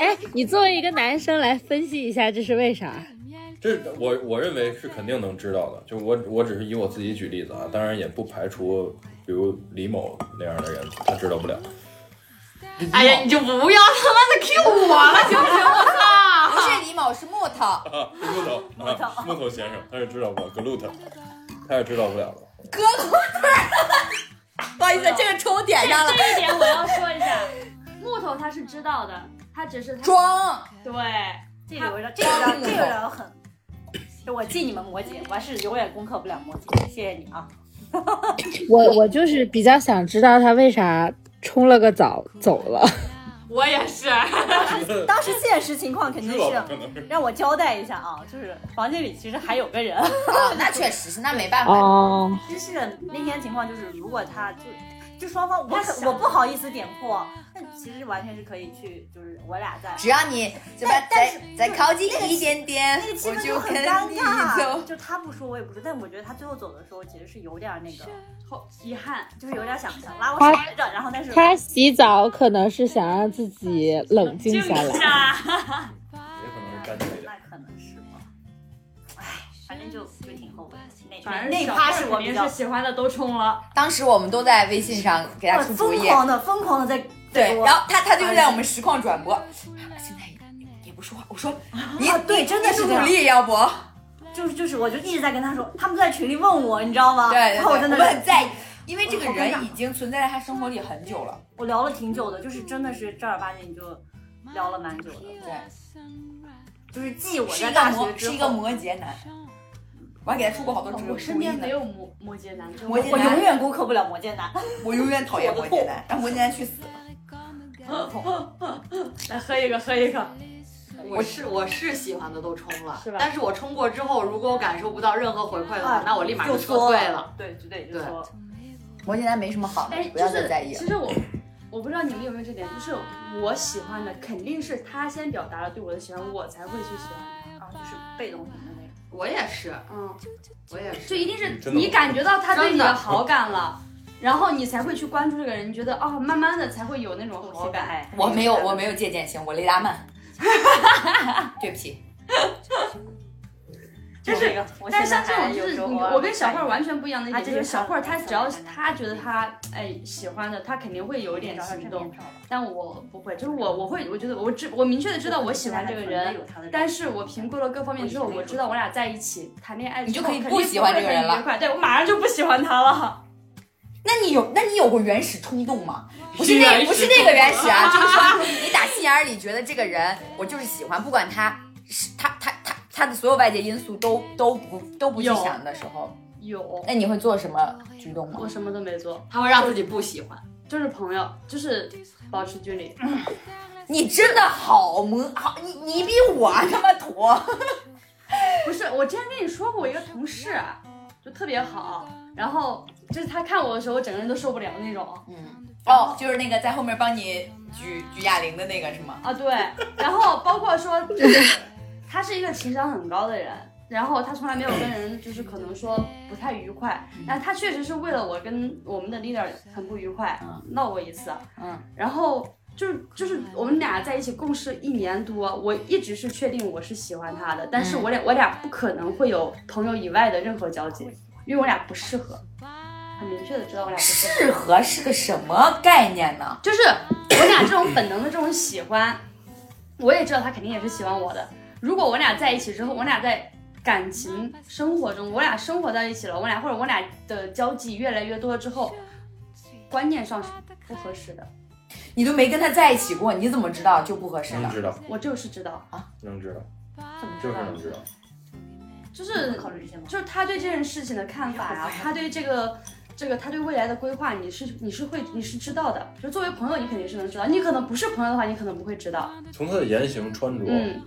C: 哎，你作为一个男生来分析一下，这是为啥？
G: 这我我认为是肯定能知道的。就我我只是以我自己举例子啊，当然也不排除比如李某那样的人，他知道不了。
D: 哎呀，你就不要他妈的 Q 我了，行不 <laughs> 行？我操！
B: 不是李某，是
H: <laughs>
B: 木头，
G: 啊，木头啊，木头先生，他是知道不了，格鲁特，他是知道不了的。
B: 哥哥。不好意思，这个戳我点上了，
I: 这一点我要说一下，木头 <laughs> 他是知道的，他只是他
B: <laughs>
H: <laughs>
B: 装
I: 对，
H: 这个我让这个让这个让我很，就我敬你们摩羯，我是永远攻克不了摩羯，谢谢你啊！
E: 我我就是比较想知道他为啥冲了个澡走了。
D: 我也是，
H: 当时现实情况肯定
G: 知道吧
H: 是
G: 可能是
H: 让我交代一下啊，就是房间里其实还有个人，
B: 啊，那确实是，那没办法。
E: 哦，
H: 就是那天情况就是，如果他就就双方我可我不好意思点破，但其实完全是可以去，就是我俩在。
B: 只要你对吧，
H: 但
B: 再
H: 是
B: 再
H: 就是
B: 靠近
H: 那个
B: 一点点
H: 那个，气
B: 我
H: 氛
B: 就
H: 很
B: 跟
H: 尴
B: 你
H: 尬，
B: 走。
H: 就他不说我也不说，但我觉得他最后走的时候其实是有点那个，
F: 后遗憾，
H: 就是有点想想拉我手来着，然后但是
E: 他洗澡可能是想让自己冷静下来。
G: 也可能是干脆的。
H: 啊那可能是吧。唉，反正就就挺后悔的。那
F: 反正
H: 那
F: 小
H: 趴
F: 妹
H: 是
F: 儿
H: 我
F: 肯
H: 比
F: 定
H: 较
F: 是喜欢的都冲了，
B: 当时我们都在微信上给他
H: 我
B: 出主
H: 疯
B: 意，
H: 狂的疯狂的在
B: 对，然
H: 后
B: 后他他就在我们实况转播，现在也不说话。我说你
H: 啊对真的
B: 你
H: 是这
B: 努
H: 样
B: 力，要不？
H: 就是就是，我就一直在跟他说，他们在群里问我，你知道吗？
B: 对，对
H: 然后我
B: 对
H: 在
B: 我
H: 那
B: 们
H: 里
B: 很在意，因为这个
H: 好尴尬
B: 人已经存在在他生活里很久了。
H: 我聊了挺久的，就是真的是正儿八经就聊了蛮久的，
B: 对，
H: 就是继我
B: 是
H: 在
B: 一个
H: 大学
B: 摩
H: 之
B: 是一个
H: 后，
B: 摩羯男，我还给他出过好多主
F: 我身
B: 主意
F: 边
B: 呢
F: 没。有摩摩羯男，
B: 摩羯
H: 我
B: 男
H: 永远攻克不了摩羯男。
B: 我永远讨厌摩羯男，让摩羯男去死。
F: <laughs>
B: <laughs>
F: 来喝一个，喝一个，
D: 我是我是喜欢的都冲了，
F: 是吧
D: 但是我冲过之后，如果我感受不到任何回馈的话，
H: 啊
D: 那我立马
H: 就
D: 就撤
H: 缩
D: 退了。，
H: 对就对就
D: 对
H: 缩了。
B: 摩羯男没什么好的
F: 哎，，
B: 不
F: 就
B: 要再
F: 是
B: 在意了
F: 其。实我我不知道你们有没有这点，就是我喜欢的肯定是他先表达了对我的喜欢，我才会去喜欢
H: 啊，就是被动型的那种。
D: 我也是，
F: 他，嗯，
D: 我也是。
F: 就一定是
G: 嗯真的吗
F: 你感觉到他对你
D: 真的
F: 的好感了。然后你才会去关注这个人，你觉得哦，慢慢的才会有那种好感。
H: 哎
B: 我没有，我没有借鉴性，我雷达 <laughs> 慢。对不起，
H: 就
F: 就是
H: 是，我
F: 但是
H: 现
F: 像
H: 在
F: 这种
H: 还
F: 就
H: 有
F: 是
H: 时候啊
F: 你
H: 偶尔
F: 我跟小慧儿完全不一样的一
H: 他
F: 点，就是
H: 这个
F: 小慧儿
H: 看
F: 她
H: 法
F: 只要
H: 很难
F: 他觉得他哎喜欢的，他肯定会有一点行动。但我不会，就是我我会，我觉得我知我明确的知道我喜欢这个人，，但是我评估了各方面之后，我知道我俩在一起谈恋爱之后，
B: 你就可以
F: 肯
B: 不
F: 定
B: 喜欢
F: 会
B: 这个人
F: 很
B: 了
F: 愉快对我马上就不喜欢他了。
B: 那你有，那你有过原始冲动吗？不是
D: 原
B: 那
D: 始
B: 不是那个原始 <laughs> 啊，就是说你打心眼儿里觉得这个人，我就是喜欢，不管他是他他他他的所有外界因素都都不都不去
F: 有
B: 想的时候，
F: 有，
B: 那你会做什么举动吗
F: 我？什么都没做，
D: 他会让自己不喜欢，
F: 就是朋友，就是保持距离。
B: 你真的好磨好，你你比我他妈妥。
F: 不是，我之前跟你说过，我一个同事啊就特别好，然后就是他看我的时候，我整个人都受不了那种。
B: 嗯，哦，就是那个在后面帮你举举哑铃的那个是吗？
F: 啊，对，然后包括说，就是他是一个情商很高的人，然后他从来没有跟人就是可能说不太愉快，但他确实是为了我跟我们的 leader 很不愉快，闹过一次，啊
B: 嗯，
F: 然后。就是就是我们俩在一起共事一年多，我一直是确定我是喜欢他的，但是我俩我俩不可能会有朋友以外的任何交集，因为我俩不适合，很明确的知道我俩不适合。
B: 适合是个什么概念呢？
F: 就是我俩这种本能的这种喜欢，我也知道他肯定也是喜欢我的。如果我俩在一起之后，我俩在感情生活中，我俩生活在一起了，我俩或者我俩的交际越来越多之后，观念上是不合适的。
B: 你都没跟他在一起过，你怎么知道就不合适
G: 能
B: 了？
G: 知道，
F: 我就是知道，
G: 能知道，就是能知道。
F: 就是
H: 考虑一下吗？
F: 就是他对这件事情的看法呀、他对这个。这个他对未来的规划，你是你是会你是知道的，就作为朋友，你肯定是能知道。你可能不是朋友的话，你可能不会知道。
G: 从他的言行穿着，
F: 嗯，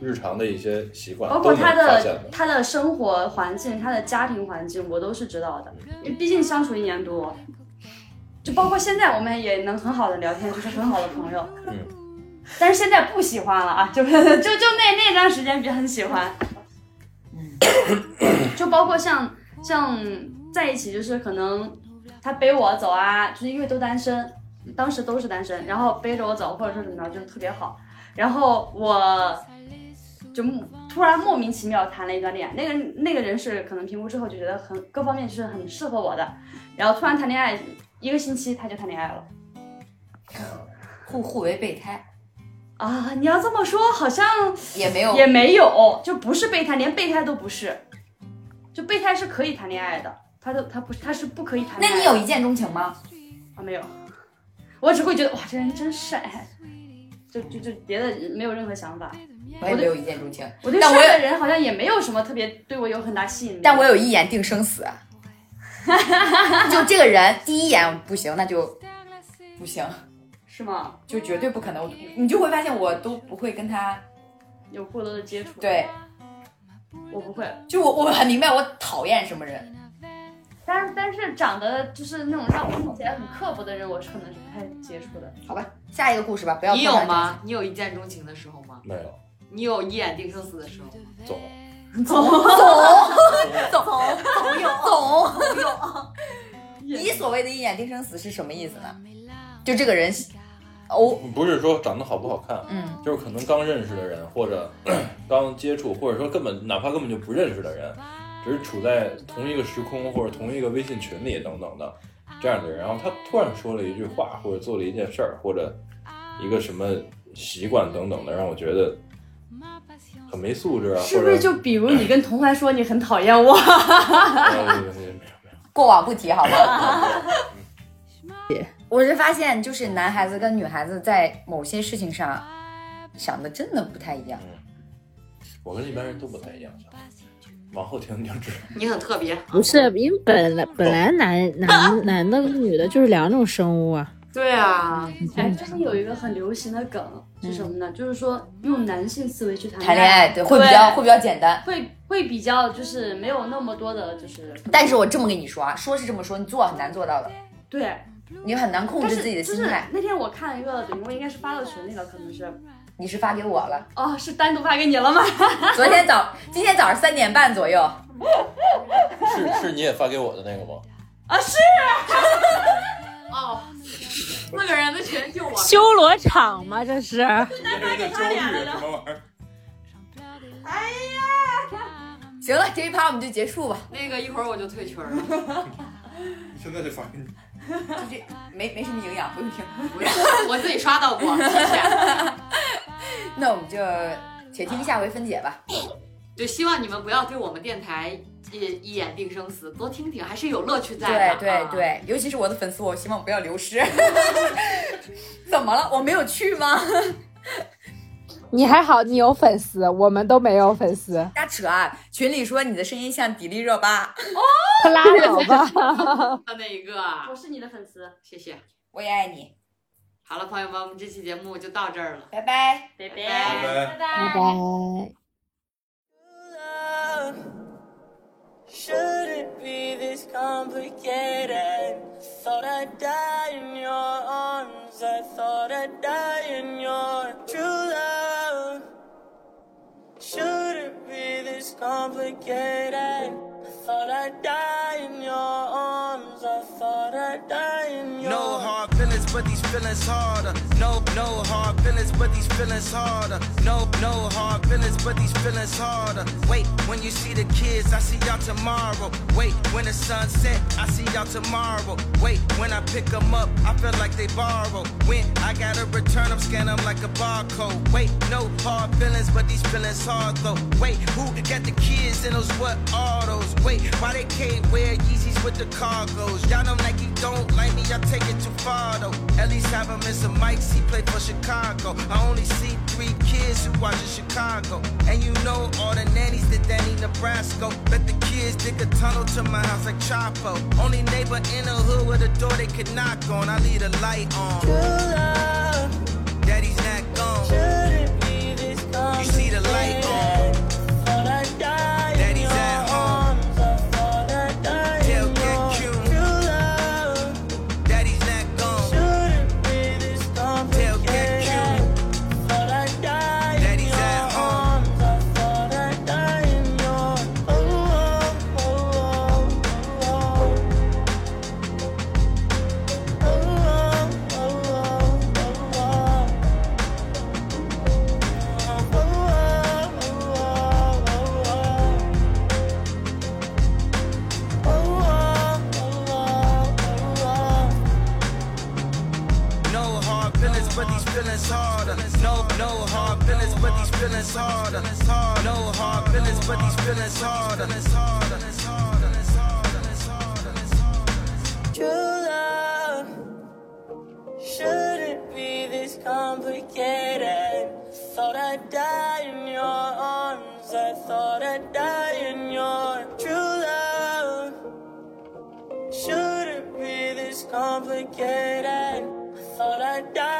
G: 日常的一些习惯，
F: 包括他
G: 都能发现
F: 的他的生活环境、他的家庭环境，我都是知道的，因为毕竟相处一年多，就包括现在我们也能很好的聊天，就是很好的朋友。
G: 嗯。
F: 但是现在不喜欢了啊， <laughs> 就是就就那那段时间比很喜
G: <coughs>
F: 欢。就包括像像在一起，就是可能他背我走啊，就是因为都单身，当时都是单身，然后背着我走或者说怎么着，就特别好。然后我就莫突然莫名其妙谈了一段恋爱，那个那个人是可能评估之后就觉得很各方面就是很适合我的，然后突然谈恋爱一个星期他就谈恋爱了
B: 互互为备胎，
F: 啊！你要这么说，好像
B: 也没有
F: 也没有，就不是备胎，连备胎都不是，就备胎是可以谈恋爱的，他都他不他是不可以谈
B: 那
F: 恋爱
B: 你
F: 的。
B: 有一见钟情吗？
F: 啊没有？我只会觉得哇，这人真帅，就就就别的没有任何想法。
B: 我也没有一见钟情，
F: 我对
B: 但
F: 帅
B: 我有
F: 的人好像也没有什么特别对我有很大吸引力。
B: 但我有一眼定生死， <laughs> 就这个人第一眼不行，那就不行，
F: 是吗？
B: 就绝对不可能。我你就会发现我都不会跟他
F: 有过多的接触？，
B: 对，
F: 我不会。
B: 就我我很明白我讨厌什么人，
F: 但是但是长得就是那种让我看起来很刻薄的人，我是可能是不太接触的。
B: 好吧？下一个故事吧，不要
D: 你
B: 碰上
D: 有吗？你有一见钟情的时候吗？
G: 没有
D: 你有一眼定生死的时候吗？
G: 总
B: 懂？ <laughs> 你所谓的一眼定生死是什么意思呢？就这个人，哦，
G: 不是说长得好不好看，啊
B: 嗯，
G: 就是可能刚认识的人，或者 <clears throat> 刚接触，或者说根本哪怕根本就不认识的人，只是处在同一个时空或者同一个微信群里等等的这样的人，然后他突然说了一句话，或者做了一件事儿，或者一个什么习惯等等的，让我觉得很没素质啊，
F: 是不是就比如你跟童欢说你很讨厌我，
G: 或者哎没有没有没有没有
B: 过往不提好吗？ <laughs> 我是发现，就是男孩子跟女孩子在某些事情上想的真的不太一样。
G: 我跟一般人都不太一样，往后听你就知道。
D: 你很特别，
C: 不是，因为本来本来男男男的跟女的就是两种生物啊。
D: 对啊，
F: 哎，最近有一个很流行的梗是什么呢？就是说用男性思维去谈
B: 嗯谈恋
F: 爱，
B: 爱对会比较
F: 嗯对
B: 会比较简单。
F: 会会比较就是没有那么多的，就是
B: 但是我这么跟你说啊，说是这么说，你做很难做到的，
F: 对，
B: 你很难控
F: 但
B: 制
F: 是
B: 自己的
F: 就
B: 心
F: 是
B: 态。
F: 那天我看了一个总共应该是发到群里了，可能是
B: 你是发给我了，
F: 哦，是单独发给你了吗？ <laughs>
B: 昨天早今天早上三点半左右，
G: 是是你也发给我的那个吗？
F: 啊，是
D: 哦，四个人的群就我，
C: 修罗场吗？这是
G: 那个焦虑什么玩意儿？
B: 行了，这一趴我们就结束吧，
D: 那个一会儿我就退群了，
G: 现在就发给你。
B: 就这没没什么营养，不用听。
D: 不用，我自己刷到过，谢谢。
B: 那我们就且听下回分解吧。
D: 就希望你们不要对我们电台一一眼定生死，多听听还是有乐趣在
B: 对
D: 的。
B: 对，对，尤其是我的粉丝，我希望不要流失。 <laughs> 怎么了？我没有去吗？
E: 你还好，你有粉丝，我们都没有粉丝。
B: 瞎扯啊！群里说你的声音像迪丽热巴，
E: 他拉倒吧。
D: 的那一个啊
F: 我，是你的粉丝，
D: 谢谢。
B: 我也爱你，
D: 好了，朋友们，我们这期节目就到这儿了。
B: 拜拜。
F: 拜拜
D: 拜
G: 拜
E: 拜拜。
J: love? Should it be this complicated? Thought I'd die in your arms. I thought I'd die in your true love. Should it be this complicated? I thought I'd die in your arms. I thought I'd die in your
K: No hard feelings, but these feelings harder. No, no hard feelings, but these feelings harder. No, no hard feelings, but these feelings harder. Wait, when you see the kids, I see y'all tomorrow. Wait, when the sun set, I see y'all tomorrow. Wait, when I pick them up, I feel like they borrow. When I gotta return them, scan them like a barcode. Wait, no hard feelings, but these feelings hard though. Wait, who got the kids in those what autos? Wait, why they can't wear Yeezys with the cargos? Y'all know Nike don't like me, I take it too far though. At least have him in some mics, he played for Chicago. I only see three kids who watch in Chicago. And you know all the nannies that Danny Nebraska. Bet the kids dig a tunnel to my house like Chapo. Only neighbor in the hood with a door they could knock on. I leave the light on.
J: love.
K: Daddy's not gone.
J: Should it be this complicated?
K: You see the light
L: feelings, but these feelings harder. No, no hard feelings, but these feelings harder. No hard feelings, but these feelings harder.
K: True love shouldn't be this complicated. Thought I'd die in your arms. I thought I'd die in your true love. Shouldn't be this complicated. I thought I'd die.